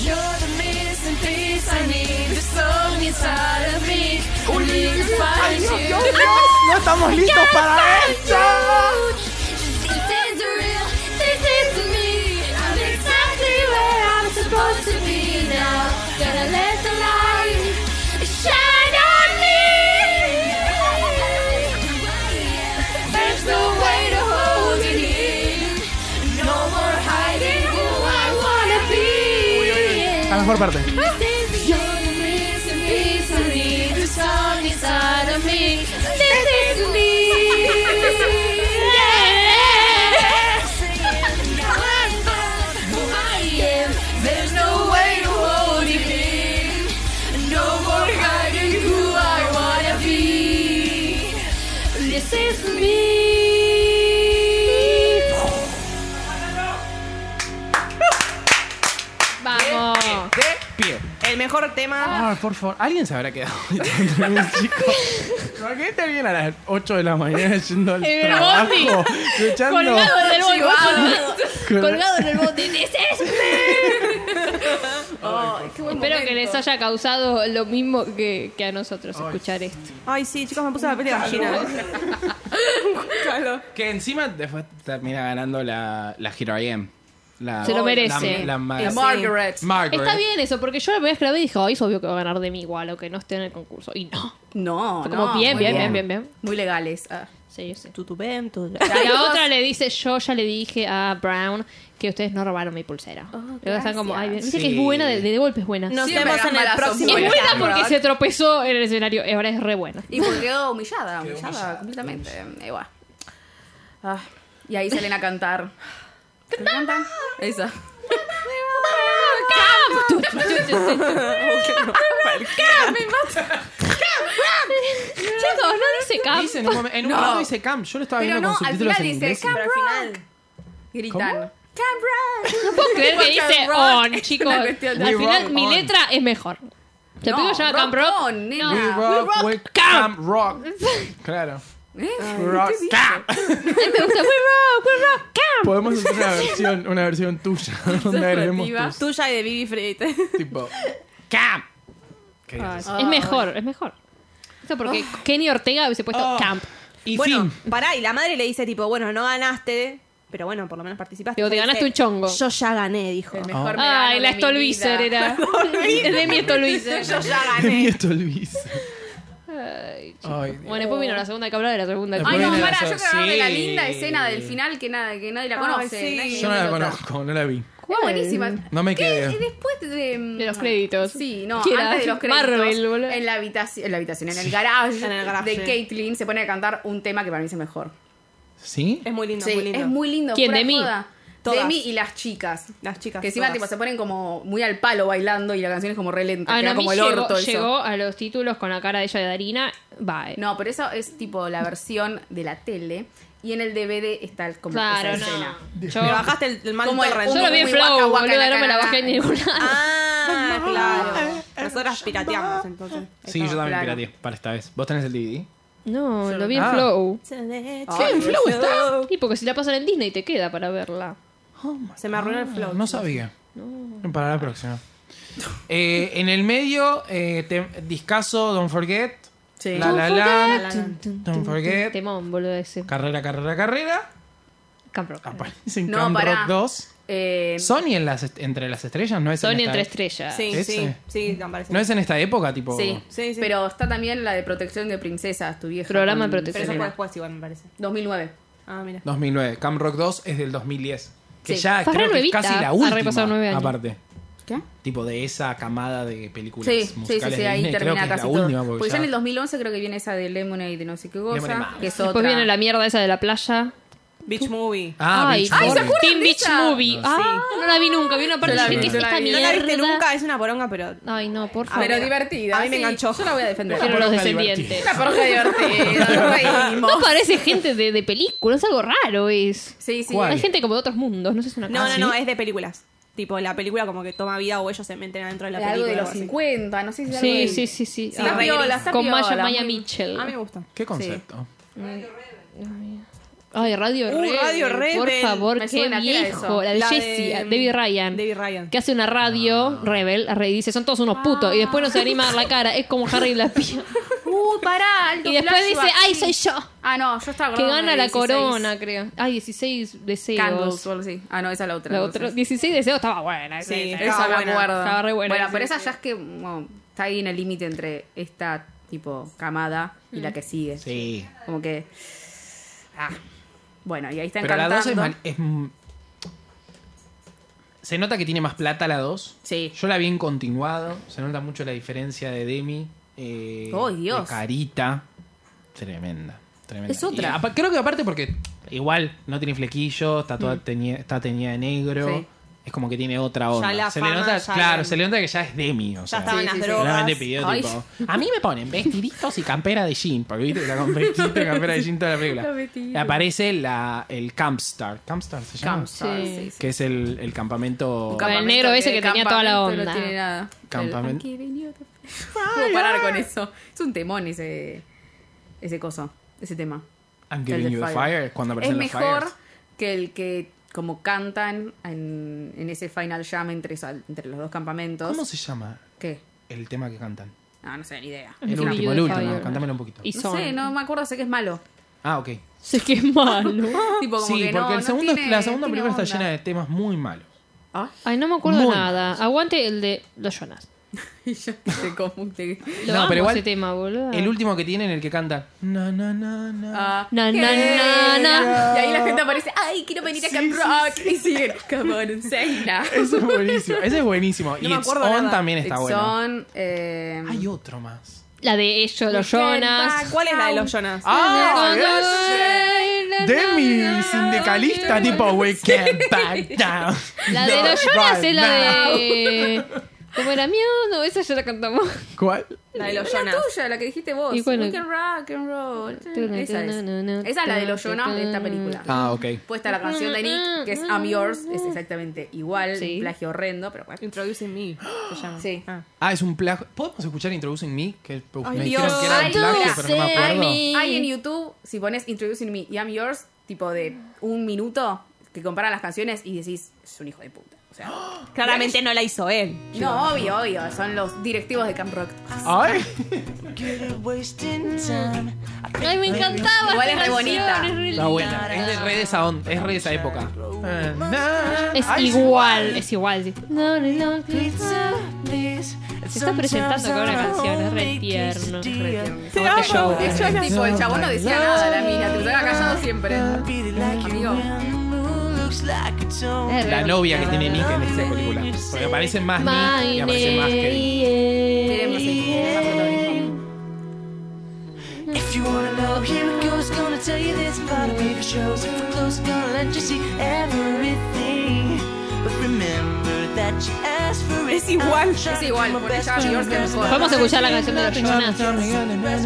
You're the missing piece I need. The song inside of me. I need to find you.
No estamos listos para esto.
This is the real. This is me. I'm exactly where I'm supposed to be now. Gotta let the light shine on me. There's no way to hold it in. No more hiding who I wanna be.
La mejor parte.
This is your missing piece of me. The song inside of me. This is me. Yes. Now I'm not who I am. There's no way to hold it in. No more hiding who I wanna be. This is me.
Vamos.
De pie.
El mejor tema.
Ay, por favor. Alguien se habrá
<laughs>
quedado. Chico. ¿Por qué te vienen a las 8 de la mañana yendo al
En el
trabajo? Escuchando.
Colgado en el
Ah,
bote.
Colgado.
Colgado en el bote. This is me. Espero que les haya causado lo mismo que, que a nosotros escuchar esto.
Ay, sí, chicos, me puse la piel de gallina. Claro.
Que encima después termina ganando la, la Hero I Am. La,
Se lo merece.
La, la ma-
La eh, Margaret.
Margaret.
Está bien eso, porque yo la primera vez que la vi dije, ay, es obvio que va a ganar de mí igual, aunque no esté en el concurso. Y no.
Ah, No,
Como
no,
bien,
muy
bien, bien, bien, bien.
Muy legales. ah.
Sí, sí.
Tutupem, tutupem.
Y la otra le dice, yo ya le dije a Brown que ustedes no robaron mi pulsera. Luego están como, ay, dice que es
Sí.
buena, de, de golpe es buena.
Nos
Siempre
vemos en el
gambalazo,
próximo.
es
muy
buena
buena,
porque
Brown.
se tropezó en el escenario, ahora es re buena.
Y porque quedó humillada, humillada, completamente. Igual. Ah, y ahí salen a cantar. ¿Qué cantan? Esa.
Chicos, no dice Cam.
Dice en un momento, en un
No.
momento dice Cam. Yo lo estaba
Pero
viendo
no,
con
al
subtítulos
final
en
dice
inglés.
Cam
Pero al
Rock.
final.
Gritan.
¿Cómo?
<laughs> Cam Rock.
No puedo creer que
Rock
dice
and roll.
on, chicos.
Una
Al
cuestión de-
We
final
rock
mi
on.
letra es mejor. Te
No,
pido ya
rock
Cam Rock.
on, nena.
We rock, with Cam. Rock. Claro.
¿Eh?
Rock. Cam.
Ay, me gusta. We rock, we rock, Cam.
Podemos hacer una versión, una versión tuya <laughs> donde agreguemos
creativa.
tus,
Tuya y de Bibi Freight.
tipo Cam. ¿Qué dices?
Ah,
Es mejor, es mejor. Eso porque Kenny Ortega hubiese puesto
Ah.
Oh.
Camp.
Y
<laughs> bueno,
fin.
pará, y la madre le dice, tipo, bueno, no ganaste, pero bueno, por lo menos participaste.
Digo, te
Dice,
ganaste un chongo.
Yo ya gané, dijo.
El mejor verano
Ay, la
de mi
Stolbizer
vida. <laughs>
era. de mi Stolbizer.
<laughs>
Yo ya
De
gané.
mí esto, Luis.
Ay, chico.
Ay,
bueno, después vino la segunda que hablaba de la segunda. Ah,
Ay,
que-
Ay, no,
Bueno,
pará,
eso
yo quiero hablar de la
sí.
linda escena del final que, nada, que nadie la
Ay,
conoce.
sí.
nadie
Yo no la
conoce.
conozco, no la vi.
Fue buenísima.
No me
¿Qué?
quedé.
Después de, mm,
De los créditos.
Sí, no,
Que era
antes de los créditos.
Marvel, boludo.
en la habitación, en la habitación, en el garage,
En el garage.
de Caitlyn se pone a cantar un tema que para mí es el mejor.
¿Sí?
Es muy lindo,
Sí,
muy lindo.
es muy lindo.
¿Quién,
fuera
Demi?
joda.
Todas.
Demi y las chicas.
Las chicas,
Que encima
todas.
tipo, se ponen como muy al palo bailando y la canción es como re lenta.
Ah,
queda
no, a mí
como el
llegó,
orto eso.
llegó a los títulos con la cara de ella de Darina. Bye.
No, pero eso es tipo la versión de la tele. Y en el DVD está como
claro,
esa escena.
no. Yo,
Le bajaste el, el mal
Como el-
torrent.
yo lo vi en
Muy guaca,
Flow,
guaca,
boluda,
la
no me la
cara.
bajé en ningún
<laughs>
lado.
Ah, claro. Nosotras pirateamos, entonces.
Sí, yo también
claro.
pirateé para esta vez. ¿Vos tenés el DVD?
No, lo vi en
Ah.
Flow.
¿Qué
en
flow está?
Y porque si la pasan en Disney te queda para verla.
Se me arruinó el flow.
Ah, No sabía. Para la próxima. Eh, en el medio, eh, te- discaso, don't forget.
Sí.
La la la. Don't forget.
Temón, boludo, ese.
Carrera, carrera, carrera.
Camp Rock.
Aparece en
No,
Camp
pará.
Rock 2.
Eh,
Sony en las est- entre las estrellas, no es en
Sony
esta-
entre estrellas.
Sí, sí,
Ese.
sí, me parece.
No es en esta época, tipo.
sí.
Sí, sí.
Pero está también la de protección de princesas, tu vieja.
Programa
con
de protección.
Pero eso fue
Selena.
después igual, me parece.
2009.
Ah, mira.
2009. Camp Rock 2 es del 2010. Que
Sí.
ya
Fue
creo
re
que es
nuevita.
casi
Ha
la última.
repasado nueve años.
Aparte.
¿Qué?
Tipo de esa camada de películas
Sí, sí, sí,
musicales.
sí,
de
ahí
Disney.
termina
creo que es
casi
la
todo.
última.
Porque ya en el 2011 creo que viene esa de Lemonade de no sé qué
Lemonade
cosa,
Mouth.
que es
Después
otra.
viene la mierda esa de la playa.
Beach Movie.
Ah,
Ay,
Beach
Ay,
Boys.
¿se acuerdan Teen
de
Beach
esa?
Movie.
No,
Ah, no la vi nunca. Vi una parte
la
de
vi.
que es
Yo
No
esta
la- no
mierda.
la viste nunca, es una poronga, pero.
Ay, no, por favor.
Pero divertida.
a mí me
sí.
enganchó.
Yo la voy a defender.
Prefiero los
poronga
descendientes.
Una porca divertida. nos reímos.
No parece gente de, de película, es algo raro es.
Sí, sí.
¿Cuál?
Hay gente como de otros mundos, no sé si es una
No,
cosa.
no, no, es de películas. Tipo, la película como que toma vida o ellos se meten adentro de la
Algo
película.
de
o
los
así.
50, no sé si es algo
Sí,
de-
sí, sí, sí.
Está
Ah.
piola, está
Con
piola.
Maya, Maya
Muy-
Mitchell.
A mí me gusta.
¿Qué concepto?
Ay, Radio
Uh,
Rebel.
Radio
Por
Rebel.
favor,
Me
qué
suena, ¿qué era eso?
viejo. La de
La
Jesse,
de-
David Ryan.
David Ryan.
Que hace una radio Rebel arre- y dice, son todos unos putos. Y después no se anima a dar la cara. Es como Harry y la pía.
Uh, pará, alto
Y después dice,
flashback,
ay,
sí.
soy yo.
Ah, no, yo estaba
Que
acordando
gana
de
la
16
corona, creo. Ay, 16 deseos.
Candles o algo así. Ah, no, esa es la otra.
La
entonces.
otra- 16 deseos estaba buena. esa-
Sí,
esa.
Esa
Estaba
me
buena,
acuerdo.
estaba re buena,
Bueno,
sí,
pero esa
sí.
ya es que bueno, está ahí en el límite entre esta tipo camada y la que sigue.
Sí.
Como que. Ah. Bueno, y ahí está
Pero la 2 es,
encantando.
mal- es m- Se nota que tiene más plata la 2.
Sí.
Yo la vi en continuado. Se nota mucho la diferencia de Demi. Eh,
¡Oh,
de
Dios!
carita. Tremenda. Tremenda.
Es otra.
Y apa- creo que aparte porque igual no tiene flequillo, está toda teñida- está teñida de negro.
Mm. Sí.
Es como que tiene otra onda.
la
se
fama
le nota,
ya
claro,
la-
se le nota que ya es Demi. O
Ya
sea,
estaban
Sí,
las
sí, sí.
drogas.
Claramente pidió
Ay.
tipo. A mí me ponen vestiditos y campera de jean. Porque viste la con vestidito
<laughs>
y campera de jean toda la película. Aparece la, el Campstar. ¿Campstar se llama?
Comstar,
Sí.
sí, sí.
Que es el, el campamento.
Con el negro ese que tenía toda la
Campamento
onda.
No tiene nada.
Campamen-
Aquí venía otro- Puedo parar con eso. Es un temón ese. Ese coso. Ese tema.
I'm
El
giving
de
you the
Fire.
fire. Cuando
Es
aparecen los
mejor
fires.
que el que como cantan en, en ese final jam entre, esa- entre los dos campamentos.
¿Cómo se llama
¿Qué? Ah,
el tema que cantan?
No, no sé, ni idea.
El
Giving
último,
you
el
the
último.
fire.
Cantámelo un poquito.
Y
No
son.
sé, no me acuerdo, sé que es malo.
Ah, ok. Sí,
Sé que es malo.
<laughs>
Tipo, como
Ah. porque
que no,
el
no
segundo,
tiene-
la segunda
tiene
película está
onda.
llena de temas muy malos.
Ah, <laughs>
Ay, no me acuerdo
Muy
nada. Aguante el de los Jonas.
y yo te confundí.
Lo
No,
amo
pero igual,
ese tema, boludo.
El último que tienen, el que canta. Na, na, na, na.
Ah,
Na, na,
¿qué?
na, na.
Y ahí la gente aparece, ay, quiero venir a Camp Rock. Y siguen, come on, Seina.
Ese es buenísimo. Ese es
<laughs>
buenísimo. y
me
It's
acuerdo
On
nada.
también está bueno.
Son, eh,
Hay otro más.
La de ellos, los Jonas.
Ah, ¿Cuál es la de los Jonas?
Ah,
ese.
Demi, el sindicalista, tipo We can't back down.
La de
No,
los Jonas
right
es la
now.
de. ¿Cómo era mío? No, esa ya la cantamos.
¿Cuál?
La de los
la
Jonas.
tuya, la que dijiste vos.
¿Y cuál?
We can rock and roll. Esa es. Esa es la de los Jonas de esta película.
Ah, ok.
Puesta la canción de Nick, que es I'm Yours, es exactamente igual,
Sí.
un plagio horrendo, pero bueno.
Introducing Me se llama.
Sí.
Ah.
Ah, es un plagio. ¿Podemos escuchar Introducing Me? Que uf,
Ay,
me
Dios.
dijeron que era
Ay,
un plagio, pero no me
Dios.
acuerdo.
Ay,
Hay en YouTube, si pones Introducing Me y I'm Yours, tipo de un minuto, que compara las canciones y decís, es un hijo de puta. O sea,
Claramente no la hizo él.
no, obvio, obvio. Son los directivos de Camp Rock.
Ay,
Good at wasting time. I
Ay, me encantaba.
Igual
esta
es re
canción,
bonita.
es re
está
linda.
buena. Es de re de esa, on- es re de esa época.
Es igual, es igual. sí.
pizza, please.
Se está presentando con una canción, es re tierno. Es re tierno.
Te amo.
show.
Es yo
eh,
la-
Tipo, el chabón no decía nada la mina. Te estaba callado siempre. Amigo.
Es re
La
bonita.
novia que tiene Nick en esta película. Porque aparece más Nick y
My
aparece más que
Queremos
name.
seguir. protagonismo.
If you wanna know, here it goes. Gonna tell you this part of it shows. If we're close, gonna let you see everything. But remember that you asked for it.
Es igual.
Es igual, porque ya Dior se mejor.
Podemos escuchar la canción de la Jonas.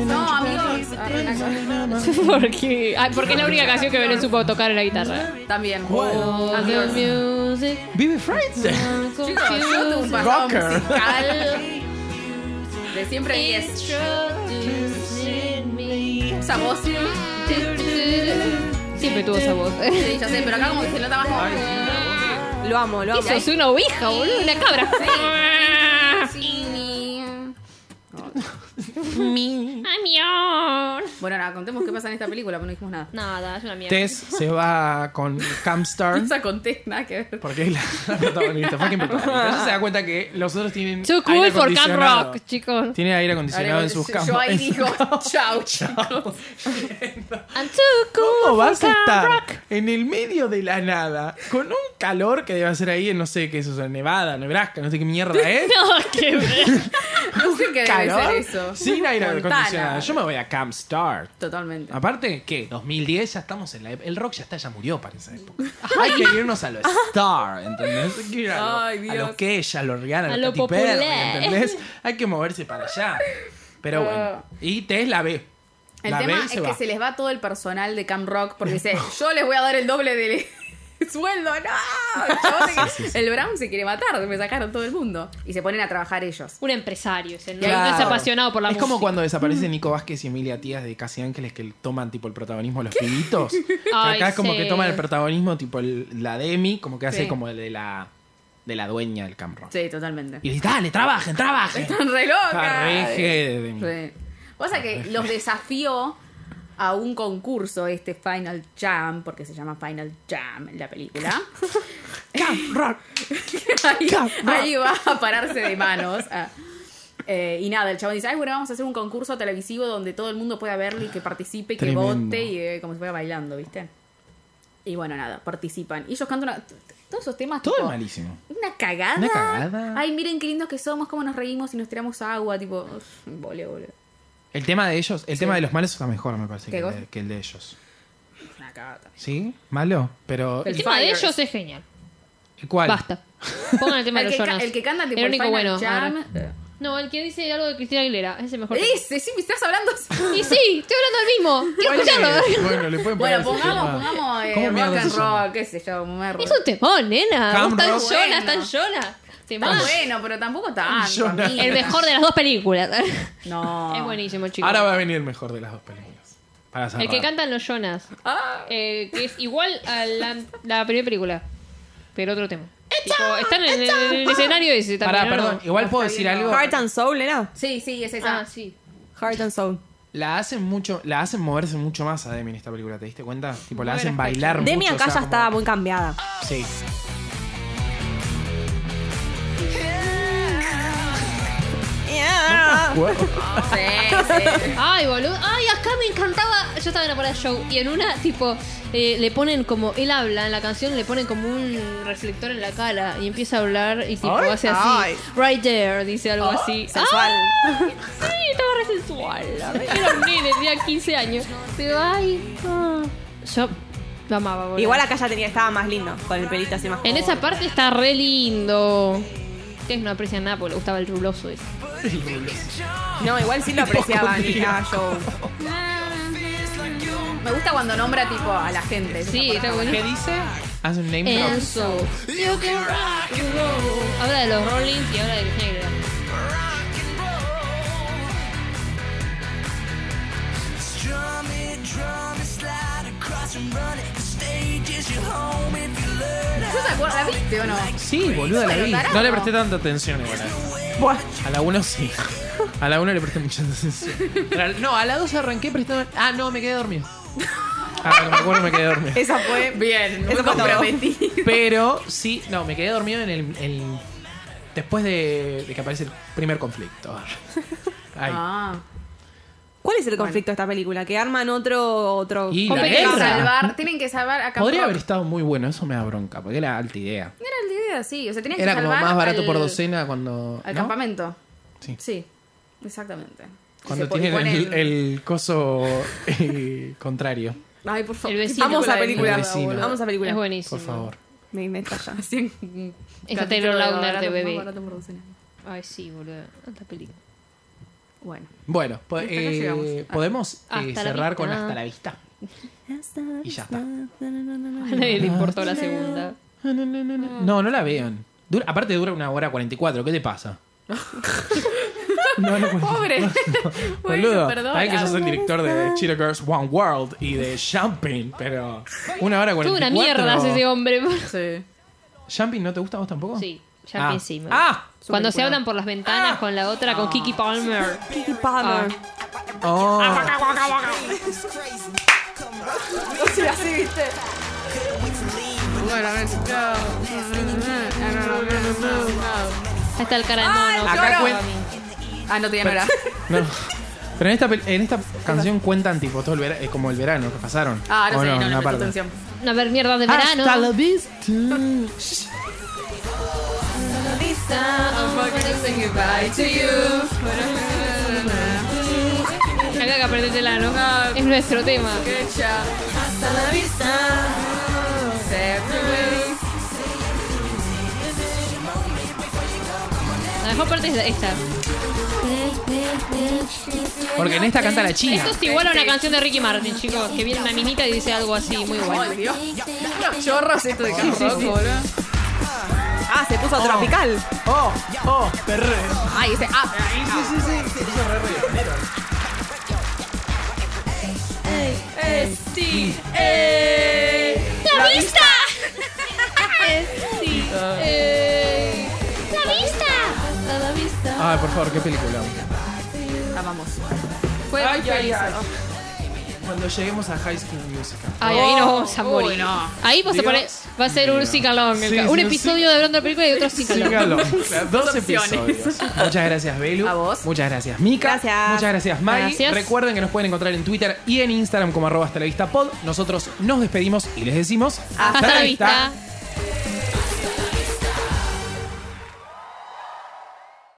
No, amigos. arruina-
<laughs> Porque, ah, porque es la única canción que Belén supo tocar en la guitarra.
También.
All the music,
Bibi Friday.
I'm
Chicos, yo tuve un
confused.
pasado
Rocker.
musical de siempre 10.
Introducing me.
Esa voz, sí,
Siempre tuvo esa voz.
ya sé, pero acá como que se nota más como...
Lo amo, lo amo.
<laughs> Sos una oveja, boludo, una cabra. <laughs> Amión.
Bueno, ahora contemos qué pasa en esta película, pero no dijimos nada.
Nada, es una mierda.
Tess se va con Camstar.
No conté nada que ver.
Porque es la <laughs> la protagonista, fucking protagonista. Entonces se da cuenta que los otros tienen.
Too
aire
cool for Camp
acondicionado.
Rock, chicos.
Tiene aire acondicionado en sus campos.
Yo ahí digo,
<laughs>
chau, chicos.
I'm too cool <laughs>
¿Cómo
for
vas a
Camp
estar
Rock.
en el medio de la nada con un calor que debe hacer ahí en no sé qué es eso, en Nevada, Nebraska, no sé qué
<laughs>
mierda es?
No, qué ver.
No sé qué debe
calor
ser eso.
sin aire
Montana.
acondicionado. Yo Ah, me voy a Camp Star.
Totalmente.
Aparte, ¿qué? 2010 ya estamos en la ep- El rock ya está, ya murió para esa época. Hay que irnos a lo Star, ¿entendés? Hay que ir a lo,
Ay,
a lo
Dios.
que ella, a lo Rihanna, a
A
lo
lo
Katy Perry,
popular.
¿entendés? Hay que moverse para allá. Pero bueno. Y Tess la ve.
El
La ve
tema
y
es
se
que
va.
se les va todo el personal de Cam Rock
<laughs>
porque dice, yo les voy a dar el doble de <laughs>
<laughs>
sueldo, no. El chabón se- El Brown se quiere matar, me sacaron todo el mundo. Y se ponen a trabajar ellos.
Un empresario, es, el-
Claro.
es apasionado por la
es
música.
como cuando desaparece Nico Vázquez y Emilia Tías de Casi Ángeles que toman tipo el protagonismo de los pibitos. Que
Ay,
acá es como
sí.
que toman el protagonismo tipo el- la Demi, como que hace
Sí.
como el de la de la dueña del Camp Rock.
Sí, totalmente.
Y dice, dale, trabajen, trabajen.
Están <laughs> re locas.
Está re jede, Demi.
Sí. Pasa que los desafió a un concurso, este Final Jam, porque se llama Final Jam en la película.
Camp Rock.
ahí, ahí va a pararse de manos. Ah. Eh, y nada, el chabón dice, ay, bueno, vamos a hacer un concurso televisivo donde todo el mundo pueda verlo y que participe, y que
Tremendo.
vote, y eh, como si fuera bailando, ¿viste? Y bueno, nada, participan. Y ellos cantan una- t- t- todos esos temas.
Todo es
tipo,
malísimo.
Una cagada.
Una cagada.
Ay, miren qué lindos que somos, cómo nos reímos y nos tiramos agua, tipo, uf, vole, vole.
El tema de ellos, el tema de los malos está mejor, me parece,
¿Qué
que el,
cosa?
de, que el de ellos.
Una cagada también.
¿Sí? ¿Malo? Pero.
El
El
tema de
Fires.
ellos es genial.
¿Cuál?
Basta. Pongan el
<laughs>
tema
El
de
que,
los
ca-
Jonas.
el que canta tipo
el único
Final
bueno.
Jam. eh,
ahora. No, el que dice algo de Cristina Aguilera. Es el mejor. tema.
Ese, sí, me estás
<laughs>
hablando.
Y sí, estoy hablando del
<laughs>
mismo. Quiero
¿Cuál es?
escucharlo.
Bueno, le pueden
Bueno,
poner ese
pongamos,
tema.
pongamos eh,
¿Cómo mierda
rock and
se llama?
roll, qué sé yo, me
Es
ro-
un temón, nena.
Cam
Vos tan
Rock.
llona, tan
Bueno.
llona.
Está
Ah.
Temón.
bueno, pero
<laughs>
tampoco tanto.
Jonah.
amiga.
El mejor de las dos películas.
No.
<laughs> Es buenísimo, chicos.
Ah. Ahora va a venir el mejor de las dos películas. Para cerrar.
El que cantan los Jonas.
Ah.
Eh, que es igual a la, la primera película. Pero otro tema. Tipo, están en, el- en el escenario ese también.
Pará,
¿no?
perdón. Igual puedo decir algo.
Heart and Soul, ¿era?
Sí, sí, es esa.
Ah, sí.
Heart and Soul.
La hacen mucho, la hacen moverse mucho más a Demi en esta película, ¿te diste cuenta? Tipo, la
Mover
hacen
las
bailar mucho.
Demi acá
o sea,
ya
como-
estaba muy cambiada.
Sí.
Sí, sí.
Ay, boludo. Ay, acá me encantaba. Yo estaba en la parada de show y en una, tipo, eh, le ponen como. Él habla en la canción, le ponen como un reflector en la cara y empieza a hablar y, tipo,
Ay.
hace así.
Ay. Oh,
Right there, dice algo así.
sensual.
Ay, sí, estaba re sensual. la verdad. Era un nene, tenía 15 años. Digo, ay. ah. Yo lo amaba, boludo.
Igual acá ya tenía, estaba más lindo, con el pelito así más.
En esa parte está re lindo. Ustedes no aprecian nada porque le gustaba el ruloso ese.
No, igual sí lo <laughs> apreciaba ni a Joe.
Me gusta cuando nombra tipo a la gente.
Sí, está
¿Qué
buenísimo.
dice? Hace un name
Eh,
drop.
Enzo. Habla de los Rollins y habla de los negros.
Strum it, drum it, slide across and run it. The stage is your home if you learn how
se acuerda? ¿La viste o no?
Sí, boluda, la
Pero
vi.
tarado.
No le presté tanta atención igual. a esa. A la 1 sí. A la 1 le presté mucha atención. Pero al- No, a la 2 arranqué prestando. Ah, no, me quedé dormido. Ah, no me acuerdo, me quedé dormido.
Esa fue.
Bien, muy
Eso fue todo.
comprometida.
Pero sí, no, me quedé dormido en el. el- después de, de que aparece el primer conflicto. Ahí.
Ah.
¿Cuál es el conflicto de esta película? Que arman otro. otro
Y la
Tienen que
guerra.
salvar, tienen que salvar a Camp
Podría
Rock.
haber estado muy bueno, eso me da bronca, porque era alta idea.
Era la idea, sí. O sea, tenían
Era
que
como
salvar
más barato
al-
por docena cuando.
Al
¿no?
campamento.
Sí.
exactamente.
Cuando
Se po- y
tienen el,
ponen-
el coso eh, contrario.
Ay, por favor.
El vecino.
Vamos a película.
El vecino.
boludo. Vamos a película.
Es buenísimo.
Por favor.
Me, me estalla.
Esta Taylor Lautner de bebé.
bebé.
Ay, sí, boludo. Alta película.
Bueno.
Bueno, po-
Hasta acá
eh,
llegamos.
podemos eh,
Hasta la
cerrar
vista.
con hasta la vista. Y ya está.
<laughs> A nadie le importó la segunda.
No, no la vean. Dura- aparte dura una hora 44, ¿qué te pasa? <laughs>
Pobre.
Boludo,
bueno, perdón.
sabés que sos el director de Cheetah Girls One World y de Jumping, pero una hora
Tuvo
44.
una mierda
Ah.
ese hombre.
Sí.
¿Jumping no te gusta a vos tampoco?
Sí, ya
Ah.
que sí. me-
Ah,
Cuando se hablan por las ventanas con la otra, con Kiki Palmer.
Ah,
Kiki Palmer.
oh.
No sé, así viste.
Bueno, a ver. No, no, no, no, no, no.
Ahí está el cara de mono.
acá
lloro.
cuen-
Ah, no te no era.
<laughs> No. Pero en esta, pel- en esta canción cuentan tipo todo el vera- eh, como el verano que pasaron.
Ah, ahora
¿O
sí,
no,
no,
Una
no, no,
parte.
atención.
Una ver mierda de
Hasta la
verano.
vista.
Acá que aprendete el ano. Es nuestro tema. La mejor parte es esta.
Porque en esta canta la china.
Esto es igual a una canción de Ricky Martin, chicos. Que viene una minita y dice algo así, muy
Oh,
igual.
Dios. Los chorros esto de Camp Rock, boludo.
Ah, se puso tropical.
Oh, oh, perre.
Ay, ese. Ah,
Sí, sí, sí.
¡La vista! <laughs>
Eh,
¡La vista! ¡La vista!
Ay, por favor, qué película.
amamos. Fue muy feliz.
Cuando lleguemos a High School Musical.
Ay, ahí nos vamos a
Oh, Uy,
morir.
no.
Ahí vos se
Dios
pone- va a ser un cicalón.
Sí,
un
sí,
episodio de otra película y otro cicalón.
Sígalo. Dos
opciones.
episodios. Muchas gracias, Belu.
A vos.
Muchas gracias, Mika.
Gracias.
Muchas gracias, Mai.
Gracias.
Recuerden que nos pueden encontrar en Twitter y en Instagram como arroba hasta la vista pod. Nosotros nos despedimos y les decimos
Hasta la vista.